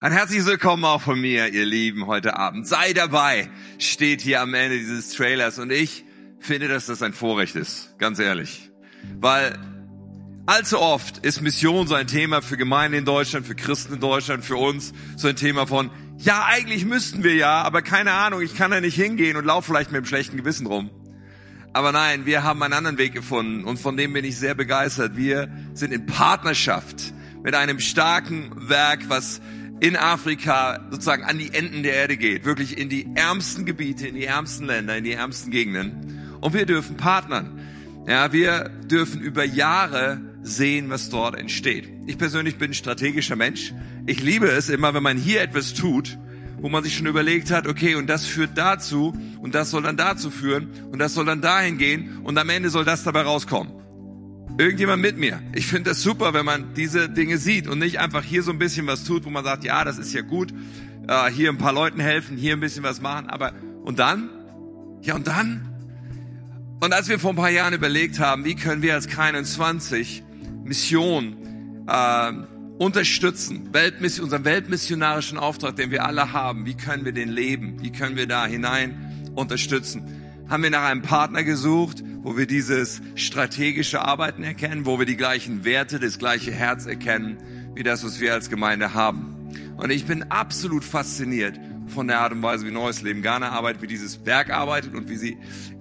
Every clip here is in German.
Ein herzliches Willkommen auch von mir, ihr Lieben, heute Abend. Sei dabei, steht hier am Ende dieses Trailers und ich finde, dass das ein Vorrecht ist, ganz ehrlich. Weil allzu oft ist Mission so ein Thema für Gemeinden in Deutschland, für Christen in Deutschland, für uns, so ein Thema von, ja, eigentlich müssten wir ja, aber keine Ahnung, ich kann da nicht hingehen und laufe vielleicht mit einem schlechten Gewissen rum. Aber nein, wir haben einen anderen Weg gefunden und von dem bin ich sehr begeistert. Wir sind in Partnerschaft mit einem starken Werk, was in Afrika sozusagen an die Enden der Erde geht, wirklich in die ärmsten Gebiete, in die ärmsten Länder, in die ärmsten Gegenden. Und wir dürfen partnern. Ja, wir dürfen über Jahre sehen, was dort entsteht. Ich persönlich bin ein strategischer Mensch. Ich liebe es immer, wenn man hier etwas tut, wo man sich schon überlegt hat, okay, und das führt dazu, und das soll dann dazu führen, und das soll dann dahin gehen, und am Ende soll das dabei rauskommen irgendjemand mit mir. Ich finde das super, wenn man diese Dinge sieht und nicht einfach hier so ein bisschen was tut, wo man sagt, ja, das ist ja gut, äh, hier ein paar Leuten helfen, hier ein bisschen was machen, aber und dann? Ja, und dann? Und als wir vor ein paar Jahren überlegt haben, wie können wir als 21 Mission äh, unterstützen, Weltmiss unseren weltmissionarischen Auftrag, den wir alle haben, wie können wir den leben, wie können wir da hinein unterstützen, haben wir nach einem Partner gesucht, wo wir dieses strategische Arbeiten erkennen, wo wir die gleichen Werte, das gleiche Herz erkennen, wie das, was wir als Gemeinde haben. Und ich bin absolut fasziniert von der Art und Weise, wie Neues Leben Ghana arbeitet, wie dieses Werk arbeitet und wie sie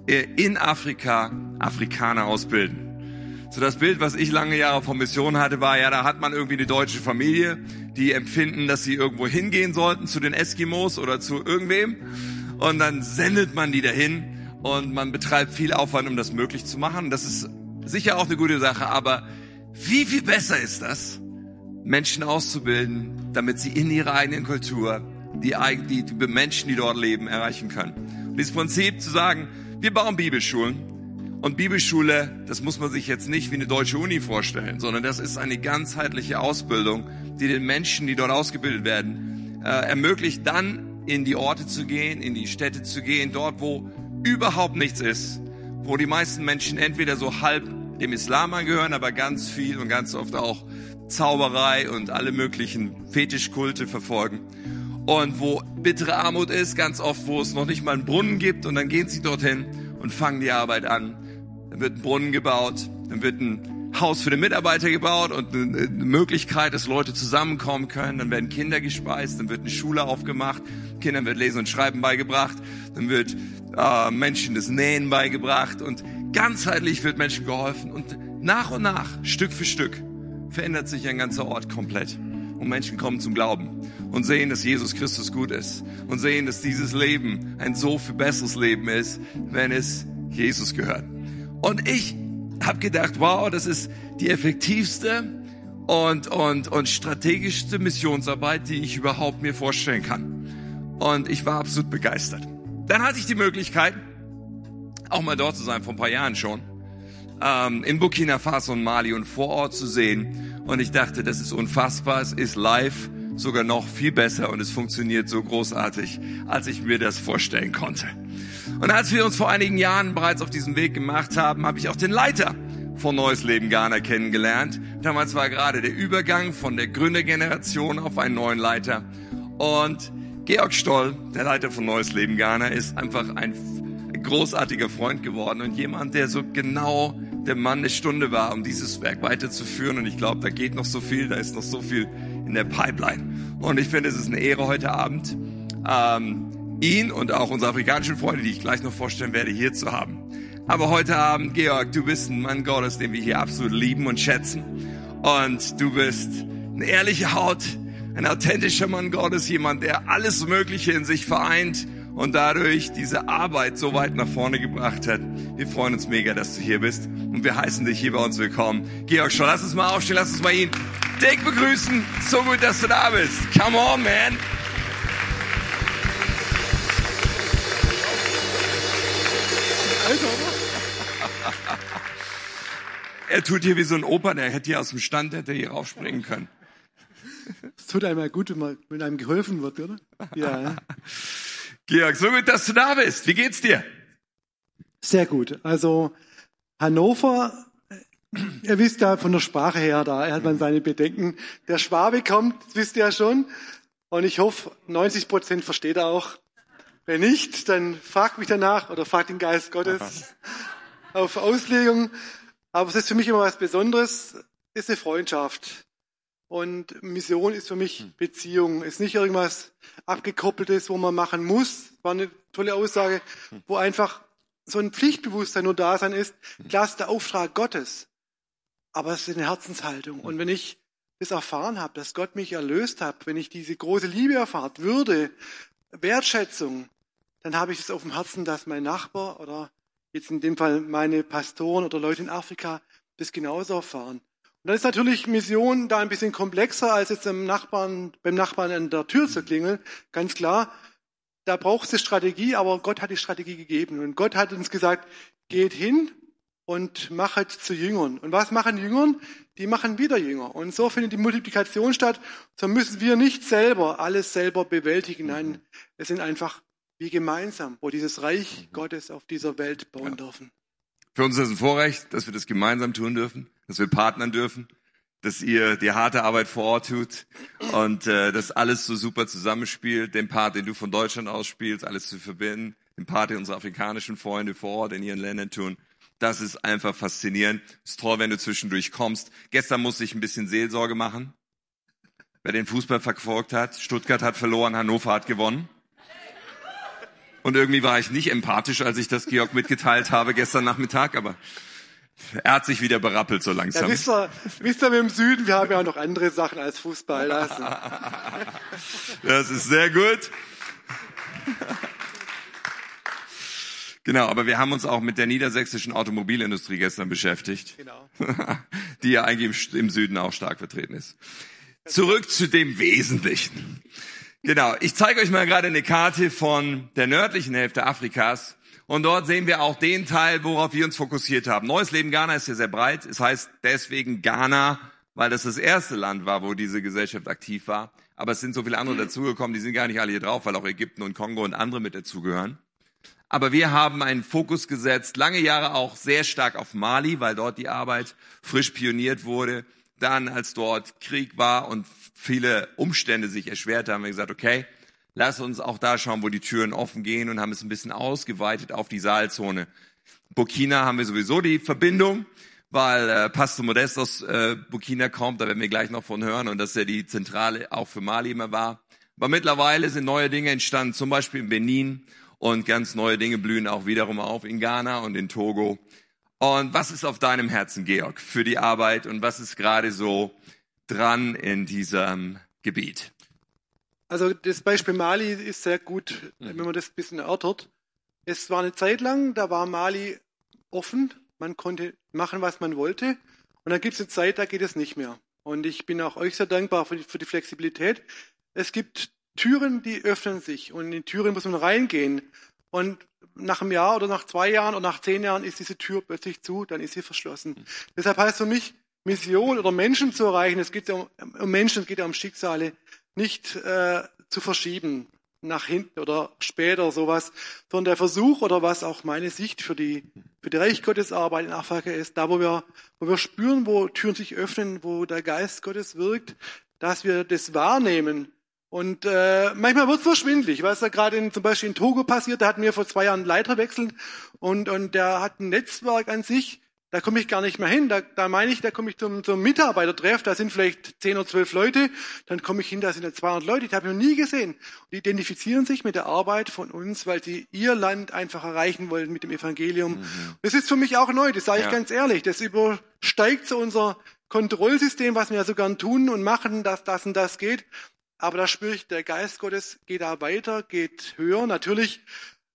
äh, in Afrika Afrikaner ausbilden. So das Bild, was ich lange Jahre von Mission hatte, war ja, da hat man irgendwie eine deutsche Familie, die empfinden, dass sie irgendwo hingehen sollten zu den Eskimos oder zu irgendwem. Und dann sendet man die dahin und man betreibt viel Aufwand, um das möglich zu machen. Das ist sicher auch eine gute Sache, aber wie viel besser ist das, Menschen auszubilden, damit sie in ihrer eigenen Kultur die, eig- die, die Menschen, die dort leben, erreichen können. Und dieses Prinzip zu sagen, wir bauen Bibelschulen und Bibelschule, das muss man sich jetzt nicht wie eine deutsche Uni vorstellen, sondern das ist eine ganzheitliche Ausbildung, die den Menschen, die dort ausgebildet werden, äh, ermöglicht, dann in die Orte zu gehen, in die Städte zu gehen, dort, wo überhaupt nichts ist, wo die meisten Menschen entweder so halb dem Islam angehören, aber ganz viel und ganz oft auch Zauberei und alle möglichen Fetischkulte verfolgen. Und wo bittere Armut ist, ganz oft, wo es noch nicht mal einen Brunnen gibt und dann gehen sie dorthin und fangen die Arbeit an. Dann wird ein Brunnen gebaut, dann wird ein Haus für den Mitarbeiter gebaut und eine Möglichkeit, dass Leute zusammenkommen können. Dann werden Kinder gespeist, dann wird eine Schule aufgemacht, Kindern wird Lesen und Schreiben beigebracht, dann wird äh, Menschen das Nähen beigebracht und ganzheitlich wird Menschen geholfen. Und nach und nach, Stück für Stück, verändert sich ein ganzer Ort komplett. Und Menschen kommen zum Glauben und sehen, dass Jesus Christus gut ist und sehen, dass dieses Leben ein so viel besseres Leben ist, wenn es Jesus gehört. Und ich habe gedacht, wow, das ist die effektivste und, und, und strategischste Missionsarbeit, die ich überhaupt mir vorstellen kann. Und ich war absolut begeistert. Dann hatte ich die Möglichkeit, auch mal dort zu sein, vor ein paar Jahren schon, ähm, in Burkina Faso und Mali und vor Ort zu sehen. Und ich dachte, das ist unfassbar, es ist live sogar noch viel besser und es funktioniert so großartig, als ich mir das vorstellen konnte. Und als wir uns vor einigen Jahren bereits auf diesen Weg gemacht haben, habe ich auch den Leiter von Neues Leben Ghana kennengelernt. Damals war gerade der Übergang von der Gründergeneration auf einen neuen Leiter. Und Georg Stoll, der Leiter von Neues Leben Ghana, ist einfach ein großartiger Freund geworden und jemand, der so genau der Mann der Stunde war, um dieses Werk weiterzuführen. Und ich glaube, da geht noch so viel, da ist noch so viel in der Pipeline. Und ich finde, es ist eine Ehre heute Abend, ähm, ihn und auch unsere afrikanischen Freunde, die ich gleich noch vorstellen werde, hier zu haben. Aber heute Abend, Georg, du bist ein Mann Gottes, den wir hier absolut lieben und schätzen. Und du bist eine ehrliche Haut, ein authentischer Mann Gottes, jemand, der alles Mögliche in sich vereint und dadurch diese Arbeit so weit nach vorne gebracht hat. Wir freuen uns mega, dass du hier bist und wir heißen dich hier bei uns willkommen. Georg Scholl, lass uns mal aufstehen, lass uns mal ihn dick begrüßen. So gut, dass du da bist. Come on, man. Er tut hier wie so ein Opa, der hätte hier aus dem Stand, hätte hier raufspringen können. Es tut einem ja gut, wenn, man, wenn einem geholfen wird, oder? Ja, Georg, so gut, dass du da bist. Wie geht's dir? sehr gut. Also Hannover, äh, ihr wisst ja von der Sprache her, da hat man seine Bedenken. Der Schwabe kommt, das wisst ihr ja schon. Und ich hoffe, 90 Prozent versteht er auch. Wenn nicht, dann fragt mich danach oder fragt den Geist Gottes auf Auslegung. Aber es ist für mich immer was Besonderes. Es ist eine Freundschaft. Und Mission ist für mich Beziehung. Ist nicht irgendwas abgekoppeltes, wo man machen muss. War eine tolle Aussage, wo einfach so ein Pflichtbewusstsein nur da sein ist. Klar ist der Auftrag Gottes. Aber es ist eine Herzenshaltung. Und wenn ich das erfahren habe, dass Gott mich erlöst hat, wenn ich diese große Liebe erfahrt, Würde, Wertschätzung, dann habe ich es auf dem Herzen, dass mein Nachbar oder jetzt in dem Fall meine Pastoren oder Leute in Afrika das genauso erfahren. Und dann ist natürlich Mission da ein bisschen komplexer, als jetzt im Nachbarn, beim Nachbarn an der Tür zu klingeln, ganz klar. Da braucht es eine Strategie, aber Gott hat die Strategie gegeben. Und Gott hat uns gesagt, geht hin und machet zu Jüngern. Und was machen Jüngern? Die machen wieder Jünger. Und so findet die Multiplikation statt. So müssen wir nicht selber alles selber bewältigen. Nein, es sind einfach wie gemeinsam, wo dieses Reich Gottes auf dieser Welt bauen dürfen. Für uns ist es ein Vorrecht, dass wir das gemeinsam tun dürfen, dass wir partnern dürfen, dass ihr die harte Arbeit vor Ort tut und äh, dass alles so super zusammenspielt, den Part, den du von Deutschland aus spielst, alles zu verbinden, den Part, den unsere afrikanischen Freunde vor Ort in ihren Ländern tun. Das ist einfach faszinierend. Ist toll, wenn du zwischendurch kommst. Gestern musste ich ein bisschen Seelsorge machen. Wer den Fußball verfolgt hat, Stuttgart hat verloren, Hannover hat gewonnen. Und irgendwie war ich nicht empathisch, als ich das Georg mitgeteilt habe gestern Nachmittag, aber er hat sich wieder berappelt so Ja, langsam. wisst ihr, wisst ihr mit dem Süden, wir haben ja auch noch andere Sachen als Fußball. Da ist- Das ist sehr gut. Genau, aber wir haben uns auch mit der niedersächsischen Automobilindustrie gestern beschäftigt, genau. die ja eigentlich im, St- im Süden auch stark vertreten ist. Zurück zu dem Wesentlichen. Genau, ich zeige euch mal gerade eine Karte von der nördlichen Hälfte Afrikas und dort sehen wir auch den Teil, worauf wir uns fokussiert haben. Neues Leben Ghana ist ja sehr breit, es heißt deswegen Ghana, weil das das erste Land war, wo diese Gesellschaft aktiv war. Aber es sind so viele andere dazugekommen, die sind gar nicht alle hier drauf, weil auch Ägypten und Kongo und andere mit dazugehören. Aber wir haben einen Fokus gesetzt, lange Jahre auch sehr stark auf Mali, weil dort die Arbeit frisch pioniert wurde. Dann, als dort Krieg war und viele Umstände sich erschwert haben, haben wir gesagt, okay, lass uns auch da schauen, wo die Türen offen gehen und haben es ein bisschen ausgeweitet auf die Saalzone. Burkina haben wir sowieso die Verbindung, weil äh, Pastor Modest aus äh, Burkina kommt, da werden wir gleich noch von hören und dass er die Zentrale auch für Mali immer war. Aber mittlerweile sind neue Dinge entstanden, zum Beispiel in Benin und ganz neue Dinge blühen auch wiederum auf in Ghana und in Togo. Und was ist auf deinem Herzen, Georg, für die Arbeit und was ist gerade so dran in diesem Gebiet? Also das Beispiel Mali ist sehr gut, wenn man das ein bisschen erörtert. Es war eine Zeit lang, da war Mali offen, man konnte machen, was man wollte. Und dann gibt es eine Zeit, da geht es nicht mehr. Und ich bin auch euch sehr dankbar für die, für die Flexibilität. Es gibt Türen, die öffnen sich und in die Türen muss man reingehen. Und nach einem Jahr oder nach zwei Jahren oder nach zehn Jahren ist diese Tür plötzlich zu, dann ist sie verschlossen. Deshalb heißt für mich, Mission oder Menschen zu erreichen, es geht ja um, um Menschen, es geht ja um Schicksale, nicht äh, zu verschieben nach hinten oder später sowas, sondern der Versuch oder was auch meine Sicht für die für die Reich Gottes Arbeit in Afrika ist, da wo wir wo wir spüren, wo Türen sich öffnen, wo der Geist Gottes wirkt, dass wir das wahrnehmen. Und äh, manchmal wird's verschwindlig, was da gerade in, zum Beispiel in Togo passiert, da hatten wir vor zwei Jahren einen Leiter wechselt und, und der hat ein Netzwerk an sich, da komme ich gar nicht mehr hin. Da, da meine ich, da komme ich zum, zum Mitarbeitertreff, da sind vielleicht 10 oder 12 Leute, dann komme ich hin, da sind ja 200 Leute, die habe ich noch nie gesehen. Die identifizieren sich mit der Arbeit von uns, weil sie ihr Land einfach erreichen wollen mit dem Evangelium. Das ist für mich auch neu, das sage Ja. ich ganz ehrlich. Das übersteigt so unser Kontrollsystem, was wir ja so gern tun und machen, dass das und das geht. Aber da spüre ich, der Geist Gottes geht da weiter, geht höher. Natürlich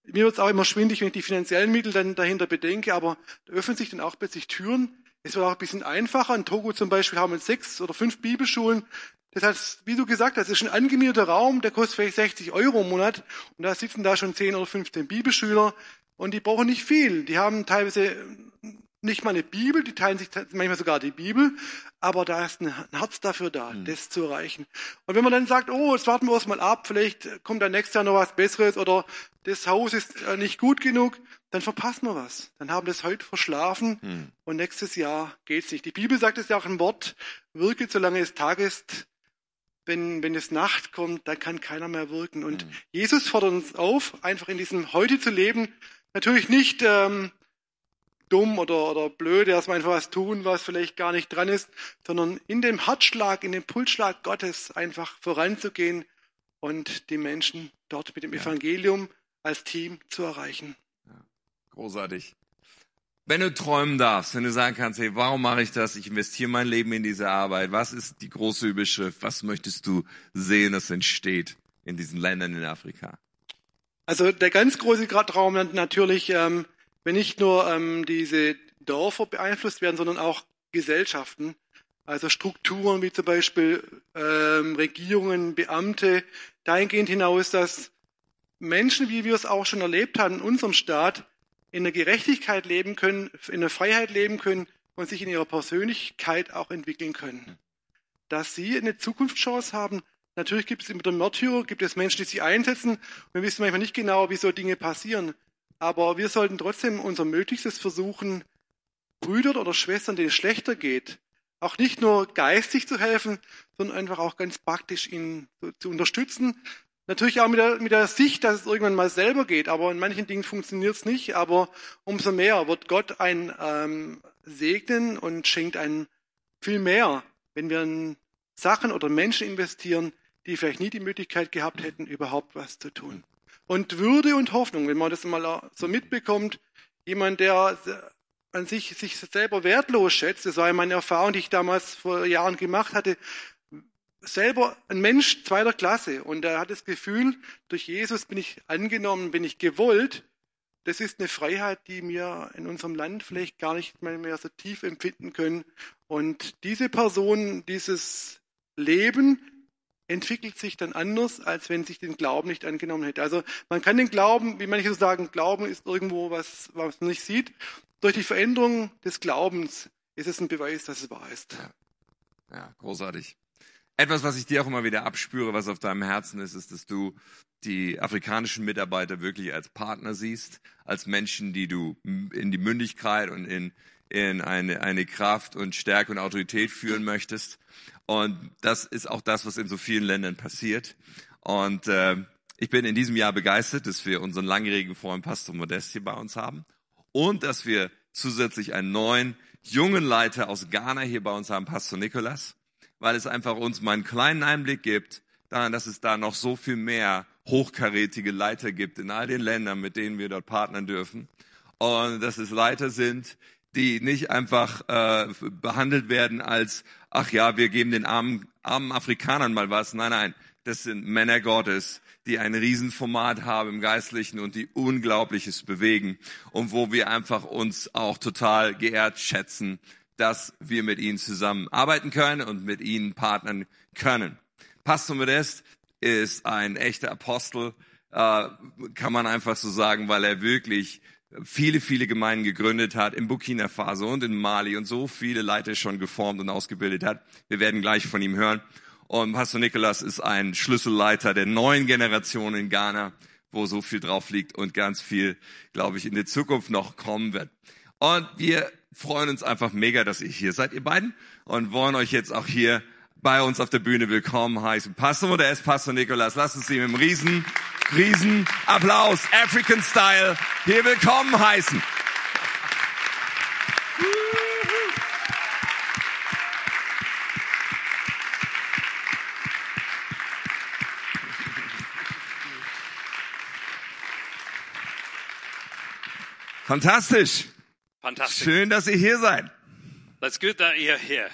mir wird es auch immer schwindig, wenn ich die finanziellen Mittel dann dahinter bedenke, aber da öffnen sich dann auch plötzlich Türen. Es wird auch ein bisschen einfacher. In Togo zum Beispiel haben wir sechs oder fünf Bibelschulen. Das heißt, wie du gesagt hast, es ist ein angemieteter Raum, der kostet vielleicht 60 Euro im Monat und da sitzen da schon 10 oder 15 Bibelschüler und die brauchen nicht viel. Die haben teilweise nicht mal eine Bibel, die teilen sich te- manchmal sogar die Bibel, aber da ist ein ein Herz dafür da, das zu erreichen. Und wenn man dann sagt, oh, jetzt warten wir erst mal ab, vielleicht kommt dann nächstes Jahr noch was Besseres oder das Haus ist äh, nicht gut genug, dann verpassen wir was. Dann haben wir es heute verschlafen und nächstes Jahr geht's nicht. Die Bibel sagt es ja auch im Wort, wirke solange es Tag ist, wenn, wenn es Nacht kommt, da kann keiner mehr wirken. Und Jesus fordert uns auf, einfach in diesem Heute zu leben. Natürlich nicht ähm, dumm oder, oder blöde, dass man einfach was tun, was vielleicht gar nicht dran ist, sondern in dem Herzschlag, in dem Pulsschlag Gottes einfach voranzugehen und die Menschen dort mit dem Evangelium als Team zu erreichen. Großartig. Wenn du träumen darfst, wenn du sagen kannst, hey, warum mache ich das? Ich investiere mein Leben in diese Arbeit. Was ist die große Überschrift? Was möchtest du sehen, das entsteht in diesen Ländern in Afrika? Also der ganz große Grad Traum natürlich, ähm, wenn nicht nur ähm, diese Dörfer beeinflusst werden, sondern auch Gesellschaften, also Strukturen wie zum Beispiel ähm, Regierungen, Beamte, dahingehend hinaus, dass Menschen, wie wir es auch schon erlebt haben in unserem Staat, in der Gerechtigkeit leben können, in der Freiheit leben können und sich in ihrer Persönlichkeit auch entwickeln können. Dass sie eine Zukunftschance haben. Natürlich gibt es immer den Märtyrer, gibt es Menschen, die sich einsetzen. Und wir wissen manchmal nicht genau, wie so Dinge passieren. Aber wir sollten trotzdem unser Möglichstes versuchen, Brüdern oder Schwestern, denen es schlechter geht, auch nicht nur geistig zu helfen, sondern einfach auch ganz praktisch ihnen so zu unterstützen, Natürlich auch mit der, mit der Sicht, dass es irgendwann mal selber geht, aber in manchen Dingen funktioniert es nicht, aber umso mehr wird Gott einen ähm, segnen und schenkt einem viel mehr, wenn wir in Sachen oder Menschen investieren, die vielleicht nie die Möglichkeit gehabt hätten, überhaupt was zu tun. Und Würde und Hoffnung, wenn man das mal so mitbekommt, jemand, der an sich sich selber wertlos schätzt, das war ja meine Erfahrung, die ich damals vor Jahren gemacht hatte, selber ein Mensch zweiter Klasse und er hat das Gefühl, durch Jesus bin ich angenommen, bin ich gewollt. Das ist eine Freiheit, die wir in unserem Land vielleicht gar nicht mehr so tief empfinden können. Und diese Person, dieses Leben entwickelt sich dann anders, als wenn sich den Glauben nicht angenommen hätte. Also man kann den Glauben, wie manche so sagen, Glauben ist irgendwo was, was man nicht sieht. Durch die Veränderung des Glaubens ist es ein Beweis, dass es wahr ist. Ja, großartig. Etwas, was ich dir auch immer wieder abspüre, was auf deinem Herzen ist, ist, dass du die afrikanischen Mitarbeiter wirklich als Partner siehst, als Menschen, die du in die Mündigkeit und in, in eine, eine Kraft und Stärke und Autorität führen möchtest. Und das ist auch das, was in so vielen Ländern passiert. Und äh, ich bin in diesem Jahr begeistert, dass wir unseren langjährigen Freund Pastor Modest hier bei uns haben und dass wir zusätzlich einen neuen jungen Leiter aus Ghana hier bei uns haben, Pastor Nicolas weil es einfach uns mal einen kleinen Einblick gibt, daran, dass es da noch so viel mehr hochkarätige Leiter gibt in all den Ländern, mit denen wir dort partnern dürfen. Und dass es Leiter sind, die nicht einfach äh, behandelt werden als, ach ja, wir geben den armen, armen Afrikanern mal was. Nein, nein, das sind Männer Gottes, die ein Riesenformat haben im Geistlichen und die Unglaubliches bewegen und wo wir einfach uns auch total geehrt schätzen, dass wir mit ihnen zusammenarbeiten können und mit ihnen partnern können. Pastor Modest ist ein echter Apostel, äh, kann man einfach so sagen, weil er wirklich viele, viele Gemeinden gegründet hat, in Burkina Faso und in Mali und so viele Leiter schon geformt und ausgebildet hat. Wir werden gleich von ihm hören. Und Pastor Nicolas ist ein Schlüsselleiter der neuen Generation in Ghana, wo so viel drauf liegt und ganz viel, glaube ich, in der Zukunft noch kommen wird. Und wir freuen uns einfach mega, dass ihr hier seid, ihr beiden, und wollen euch jetzt auch hier bei uns auf der Bühne willkommen heißen. Pastor Modest, Pastor Nikolas, lasst uns ihm im riesen, riesen Applaus, African Style, hier willkommen heißen. Fantastisch. Fantastic. Schön, dass ihr hier seid. That's good that you're here.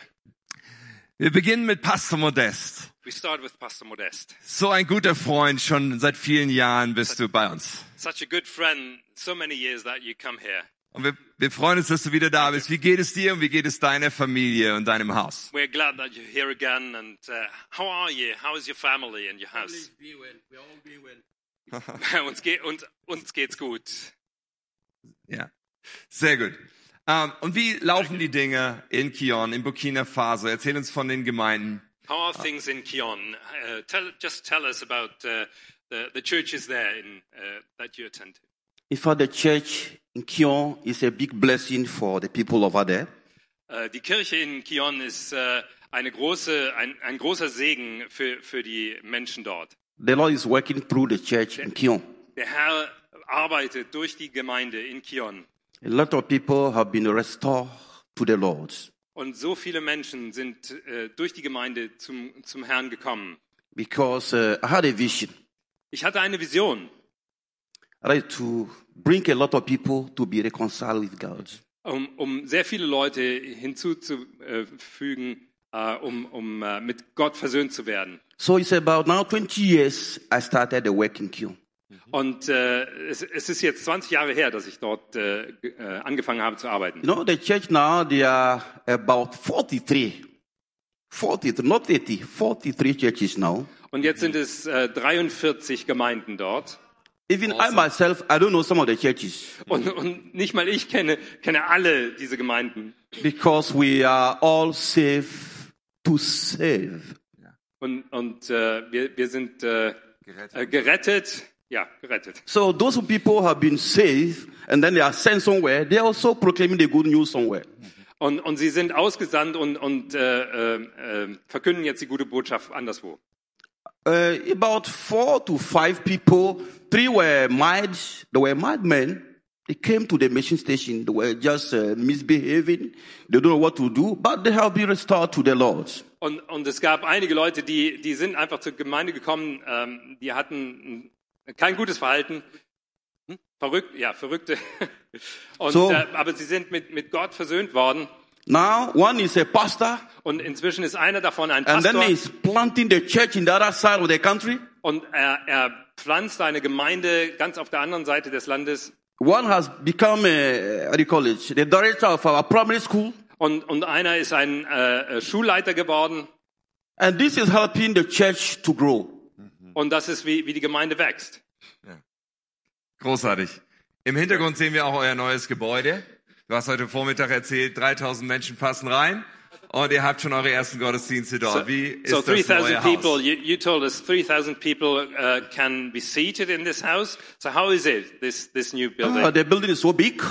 Wir beginnen mit Pastor Modest. We start with Pastor Modest. So ein guter Freund, schon seit vielen Jahren bist du bei uns. Such a good friend, so many years that you come here. Und wir, wir freuen uns, dass du wieder da bist. Wie geht es dir und wie geht es deiner Familie und deinem Haus? We're glad that you're here again. And uh, how are you? How is your family and your house? uns, geht, uns, uns geht's gut. Ja, sehr gut. Ähm, und wie laufen die Dinge in Kion, in Burkina Faso? Erzähl uns von den Gemeinden. How are things in Kion? Uh, tell, just tell us about uh, the, the churches there in, uh, that you attend. In fact, the church in Kion is a big blessing for the people over there. Uh, die Kirche in Kion ist uh, eine große, ein, ein großer Segen für, für die Menschen dort. The Lord is working through the church in Kion. Der Herr arbeitet durch die Gemeinde in Kion. A lot of people have been restored to the Lord. Und so viele Menschen sind äh, durch die Gemeinde zum, zum Herrn gekommen. Because uh, I had a vision Ich hatte eine Vision, I like to bring a lot of people to be reconciled with God. um, um sehr viele Leute hinzuzufügen, äh, um, um äh, mit Gott versöhnt zu werden. So it's about now 20 years I started the work in Kion. Und äh, es, es ist jetzt 20 Jahre her, dass ich dort äh, ge- äh, angefangen habe zu arbeiten. You know, the church now, they are about 43. 43, not 80, 43 churches now. Und jetzt sind es äh, 43 Gemeinden dort. Even I myself, I don't know some of the churches Und, und nicht mal ich kenne, kenne alle diese Gemeinden. because we are all saved to serve. Und, und äh, wir, wir sind äh, Gerettet. äh, gerettet. Ja, gerettet. So those people have been saved and then they are sent somewhere. They are also proclaiming the good news somewhere. Und, und sie sind ausgesandt und, und äh, äh, äh, verkünden jetzt die gute Botschaft anderswo. Uh, about four to five people, three were mad, they were madmen. They came to the mission station, they were just uh, misbehaving. They don't know what to do, but they have been restored to the Lord. Und, und es gab einige Leute, die, die sind einfach zur Gemeinde gekommen, ähm, die hatten ein- kein gutes Verhalten. Hm? Verrückt, ja, Verrückte. Und, So. äh, aber sie sind mit, mit Gott versöhnt worden. Now, one is a pastor, Und inzwischen ist einer davon ein and Pastor. then he's planting the church in the other side of the country. Und er, er pflanzt eine Gemeinde ganz auf der anderen Seite des Landes. One has become, uh, how do you call it, the director of our primary school. Und, und einer ist ein äh, äh, Schulleiter geworden. And this is helping the church to grow. Und das ist, wie, wie die Gemeinde wächst. Großartig. Im Hintergrund sehen wir auch euer neues Gebäude. Du hast heute Vormittag erzählt, 3000 Menschen passen rein und ihr habt schon eure ersten Gottesdienste dort. Wie ist so das 3,000 neue people, Haus? you, you told us 3,000 people uh, can be seated in this house. So how is it, this, this new Uh, building? the building is so big.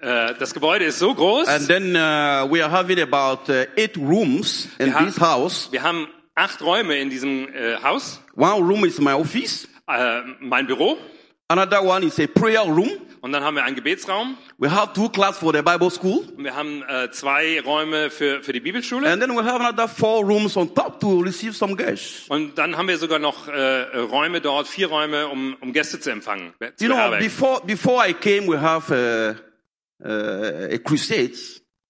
Äh, das Gebäude ist so groß. And then uh, we are having about uh, eight rooms in Yeah. this house. Wir haben acht Räume in diesem äh, Haus. One room is my office. Äh, mein Büro. Another one is a prayer room. Und dann haben wir einen Gebetsraum. We have two class for the Bible school. Und wir haben äh, zwei Räume für, für die Bibelschule. And then we have another four rooms on top to receive some guests. Und dann haben wir sogar noch äh, Räume dort, vier Räume, um, um Gäste zu empfangen. Zu You know, beherbergen. before, before I came, we have uh, uh, a crusade.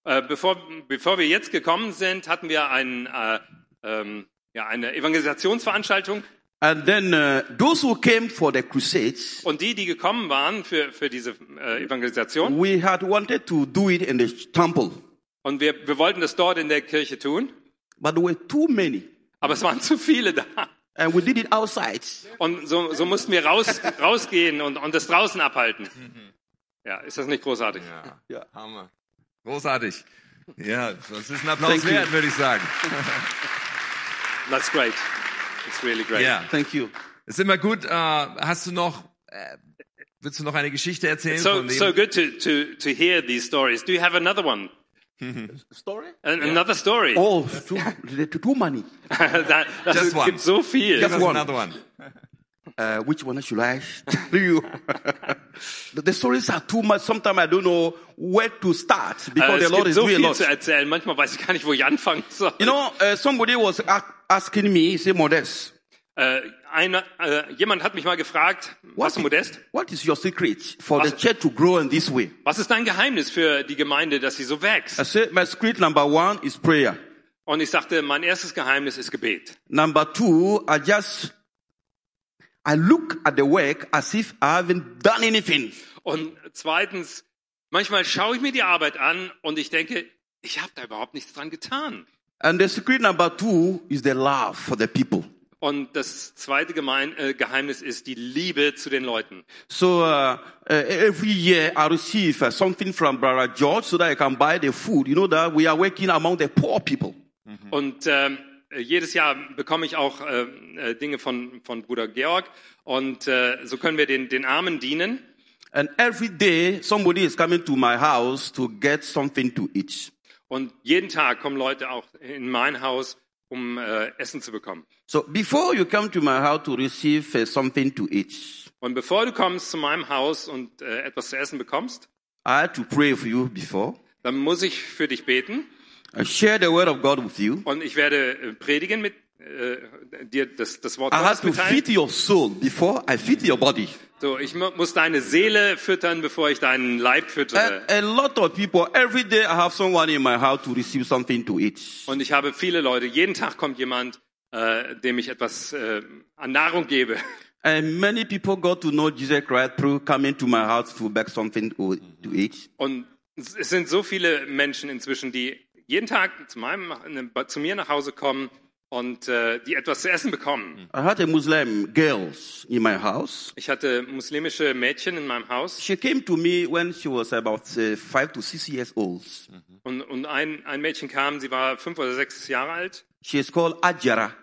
äh, bevor, bevor wir jetzt gekommen sind, hatten wir ein, äh, ähm, ja, eine Evangelisationsveranstaltung. And then uh, those who came for the crusades, Und die, die gekommen waren für, für diese äh, Evangelisation, we had wanted to do it in the temple. und wir, wir wollten das dort in der Kirche tun, But there were too many. aber es waren zu viele da. And we did it outside. Und so, so mussten wir raus, rausgehen und, und das draußen abhalten. Ja, ist das nicht großartig? Ja, Hammer. Großartig. Ja, das ist ein Thank Applaus you. wert, würde ich sagen. That's great. It's really great. Ja, Thank you. ist immer gut. Äh, hast du noch, äh, willst du noch eine Geschichte erzählen? So, von dem? so good to, to, to hear these stories. Do you have another one? Story? An, Another story? Oh, too, too many. da, das Just one. gibt so viel. Give us one. another one. Uh, which one should I tell you? the, the stories are too much. Sometimes I don't know where to start Äh, because the es Lord gibt is so doing a viel lot. zu erzählen. Manchmal weiß ich gar nicht, wo ich anfangen soll. You know, uh, somebody was a- asking me, he said, Modest, äh, einer, äh, jemand hat mich mal gefragt, warst du modest? what is your secret for the Was- church to grow in this way? Was ist dein Geheimnis für die Gemeinde, dass sie so I wächst? said, my secret number one is prayer. Und ich sagte, mein erstes Geheimnis ist Gebet. Number two, I just, I look at the work as if I haven't done anything. Und zweitens, manchmal schaue ich mir die Arbeit an und ich denke, ich habe da überhaupt nichts dran getan. And the secret number two is the love for the people. Und das zweite Gemein äh, Geheimnis ist die Liebe zu den Leuten. So uh, uh, every year I receive uh, something from Brother George so that I can buy the food. You know that we are working among the poor people. Und ähm, jedes Jahr bekomme ich auch ähm, äh, Dinge von, von Bruder Georg und äh, so können wir den, den Armen dienen. And every day somebody is coming to my house to get something to eat. Und jeden Tag kommen Leute auch in mein Haus, um äh, Essen zu bekommen. So before you come to my house to receive uh, something to eat, Und bevor du kommst zu meinem Haus und äh, etwas zu essen bekommst, I had to pray for you before. dann muss ich für dich beten I share the word of God with you. und ich werde äh, predigen mit äh, dir das, das Wort I had Gottes to feed mitteilen. your soul before I feed your body. So, ich mu- muss deine Seele füttern, bevor ich deinen Leib füttere. And a lot of people every day I have someone in my house to receive something to eat. Und ich habe viele Leute, jeden Tag kommt jemand, äh, dem ich etwas äh, an Nahrung gebe. And many people got to know Jesus Christ through coming to my house to beg something to to eat. Und es es sind so viele Menschen inzwischen, die jeden Tag zu, meinem, ne, zu mir nach Hause kommen und äh, die etwas zu essen bekommen. I had a Muslim girl in my house. Ich hatte muslimische Mädchen in meinem Haus She came to me when she was about uh, five to six years old. und, und ein, ein Mädchen kam, sie war fünf oder sechs Jahre alt. She is called Ajara. Hm.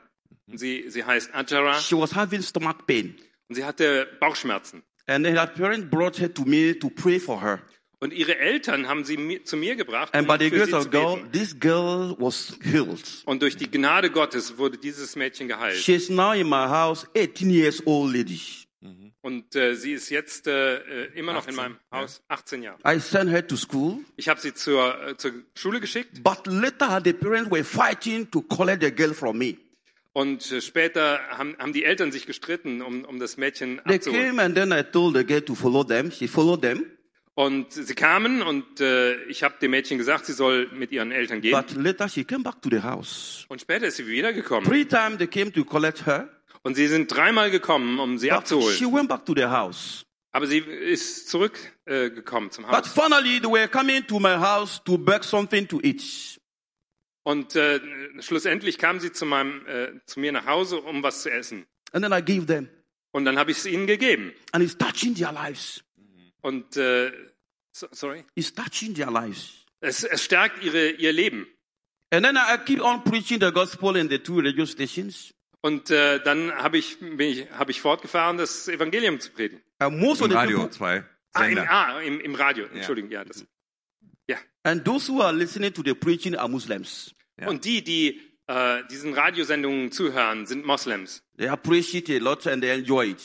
Und Sie, sie heißt Ajara She was having stomach pain. und sie hatte Bauchschmerzen. And then her parents brought her to me to pray for her. Und ihre Eltern haben sie mi zu mir gebracht, And um by the für grace sie zu of God, beten. this girl was healed. Und durch die Gnade Gottes wurde dieses Mädchen geheilt. She is now in my house, 18 years old lady. Und äh, sie ist jetzt äh, äh, immer noch 18, in meinem Haus, 18 Jahre. I sent her to school, Ich habe sie zur, äh, zur Schule geschickt. but later the parents were fighting to collect the girl from me. Und äh, später haben, haben die Eltern sich gestritten, um, um das Mädchen They abzuholen. came and then I told the girl to follow them. She followed them, Und sie kamen und äh, ich habe dem Mädchen gesagt, sie soll mit ihren Eltern gehen. but later she came back to the house. Und später ist sie wiedergekommen. Three times they came to collect her, Und sie sind dreimal gekommen, um sie but she abzuholen. went back to the house. Aber sie ist zurückgekommen äh, gekommen zum But Haus. finally they were coming to my house to beg something to eat. Und äh, schlussendlich kam sie zu, meinem, äh, zu mir nach Hause, um was zu essen. And then I gave them. Und dann habe ich es ihnen gegeben. And it's touching their lives. Und äh, so, sorry, It's touching their lives. es, es stärkt ihre, ihr Leben. And then I keep on preaching the gospel in the two radio stations. Und äh, dann habe ich, bin ich, hab ich fortgefahren, das Evangelium zu predigen. And most of Im the Radio people, zwei Ah, im, Sender. ah, im, im Radio, Entschuldigung, ja. das. and those who are listening to the preaching are Muslims. Ja. Und die, die äh, diesen Radiosendungen zuhören, sind Moslems. They appreciate it a lot and they enjoy it.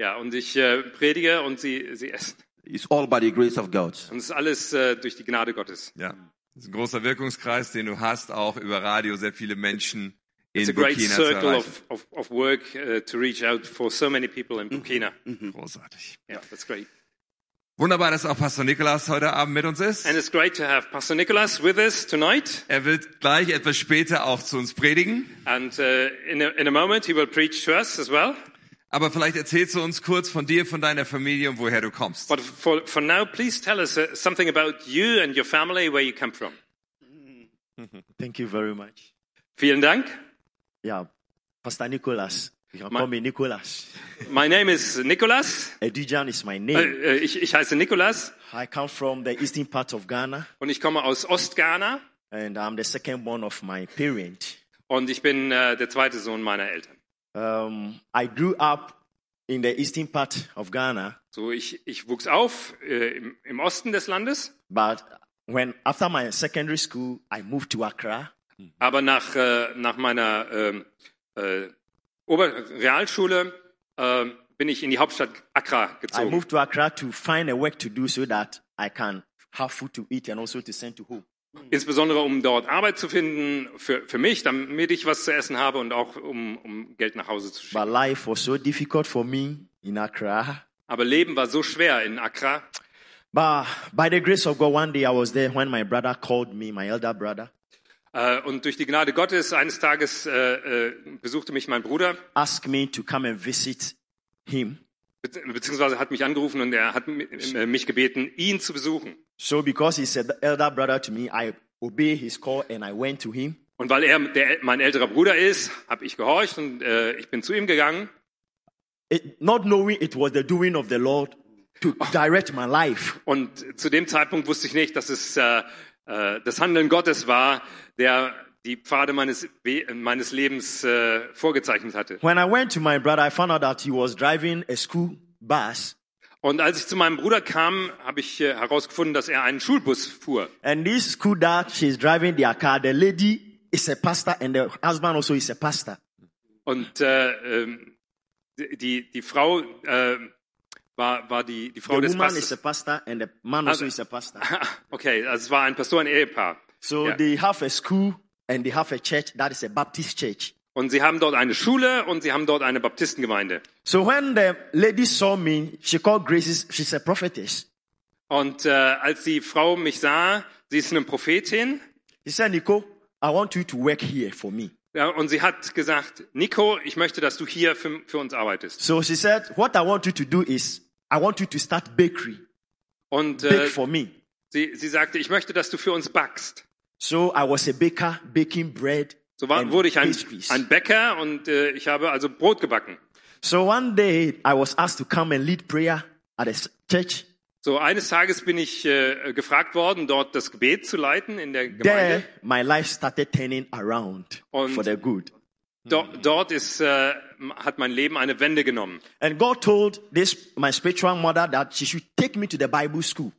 Ja, und ich äh, predige und sie, sie essen. It's all by the grace of God. Und es ist alles äh, durch die Gnade Gottes. Ja. Das ist ein großer Wirkungskreis, den du hast, auch über Radio sehr viele Menschen It's a in great Burkina zu circle erreichen. Mhm. of, of, of work äh, to reach out for so many people in Burkina. Großartig. Yeah, that's great. Wunderbar, dass auch Pastor Nikolas heute Abend mit uns ist. And it's great to have Pastor Nicholas with us tonight. Er wird gleich etwas später auch zu uns predigen. And uh, in, a, in a moment, he will preach to us as well. Aber vielleicht erzählst du uns kurz von dir, von deiner Familie und woher du kommst. But for, for now, please tell us uh, something about you and your family, where you come from. Thank you very much. Vielen Dank. Yeah, Pastor Nicholas. You can My- call me Nicholas. My name is Nicholas. Edujan is my Äh, name. äh, ich, ich heiße Nikolas I come from the eastern part of Ghana, und ich komme aus Ostghana and I'm the second born of my parent. und ich bin äh, der zweite Sohn meiner Eltern. Um, I grew up in the eastern part of Ghana, So, ich, ich wuchs auf äh, im, im Osten des Landes, but when after my secondary school, I moved to Accra. aber nach, äh, nach meiner ähm, äh, Oberrealschule äh, bin ich in die Hauptstadt Accra I gezogen. moved to Accra to find a work to do so that I can have food to eat and also to send to home. Insbesondere um dort Arbeit zu finden für, für mich, damit ich was zu essen habe und auch um, um Geld nach Hause zu schicken. But life was so difficult for me in Accra. Aber Leben war so schwer in Accra. But by the grace of God, one day I was there when my brother called me, my elder brother, Äh, und durch die Gnade Gottes eines Tages äh, äh, besuchte mich mein Bruder asked me to come and visit him. Be- beziehungsweise hat mich angerufen und er hat mi- äh, mich gebeten, ihn zu besuchen. So because he's an elder brother to me, I obeyed his call and I went to him. Und weil er der, mein älterer Bruder ist, habe ich gehorcht und äh, ich bin zu ihm gegangen, It, not knowing it was the doing of the Lord to direct my life. Und zu dem Zeitpunkt wusste ich nicht, dass es äh, äh, das Handeln Gottes war, der die Pfade meines, We- meines Lebens äh, vorgezeichnet hatte. When I went to my brother, I found out that he was driving a school bus Und als ich zu meinem Bruder kam, habe ich äh, herausgefunden, dass er einen Schulbus fuhr. And this school that she's driving their car, the lady is a pastor and the husband also is a pastor. Und äh, ähm, die- die, die Frau äh, war, war die, die The Frau des woman is a Pastors. pastor and the man also is a pastor. Okay, also es war ein Pastor, ein Ehepaar. So Yeah. they have a school and they have a church that is a Baptist church. Und sie haben dort eine Schule und sie haben dort eine Baptistengemeinde. So when the lady saw me, she called Graces, she's a prophetess. Und äh, als die Frau mich sah, sie ist eine Prophetin, She said, Nico, I want you to work here for me. ja, und sie hat gesagt, Nico, ich möchte, dass du hier für, für uns arbeitest. So she said, what I want you to do is, I want you to start bakery, Und bake äh, for me. sie, sie sagte, ich möchte, dass du für uns backst. So I was a baker, baking bread So war, and wurde ich ein, pastries. ein Bäcker und äh, ich habe also Brot gebacken. so one day I was asked to come and lead prayer at a s- church. So eines Tages bin ich äh, gefragt worden, dort das Gebet zu leiten in der There, Gemeinde. my life started turning around Und- for the good. Do, dort ist, äh, hat mein Leben eine Wende genommen. And God told this my spiritual mother that she should take me to the Bible school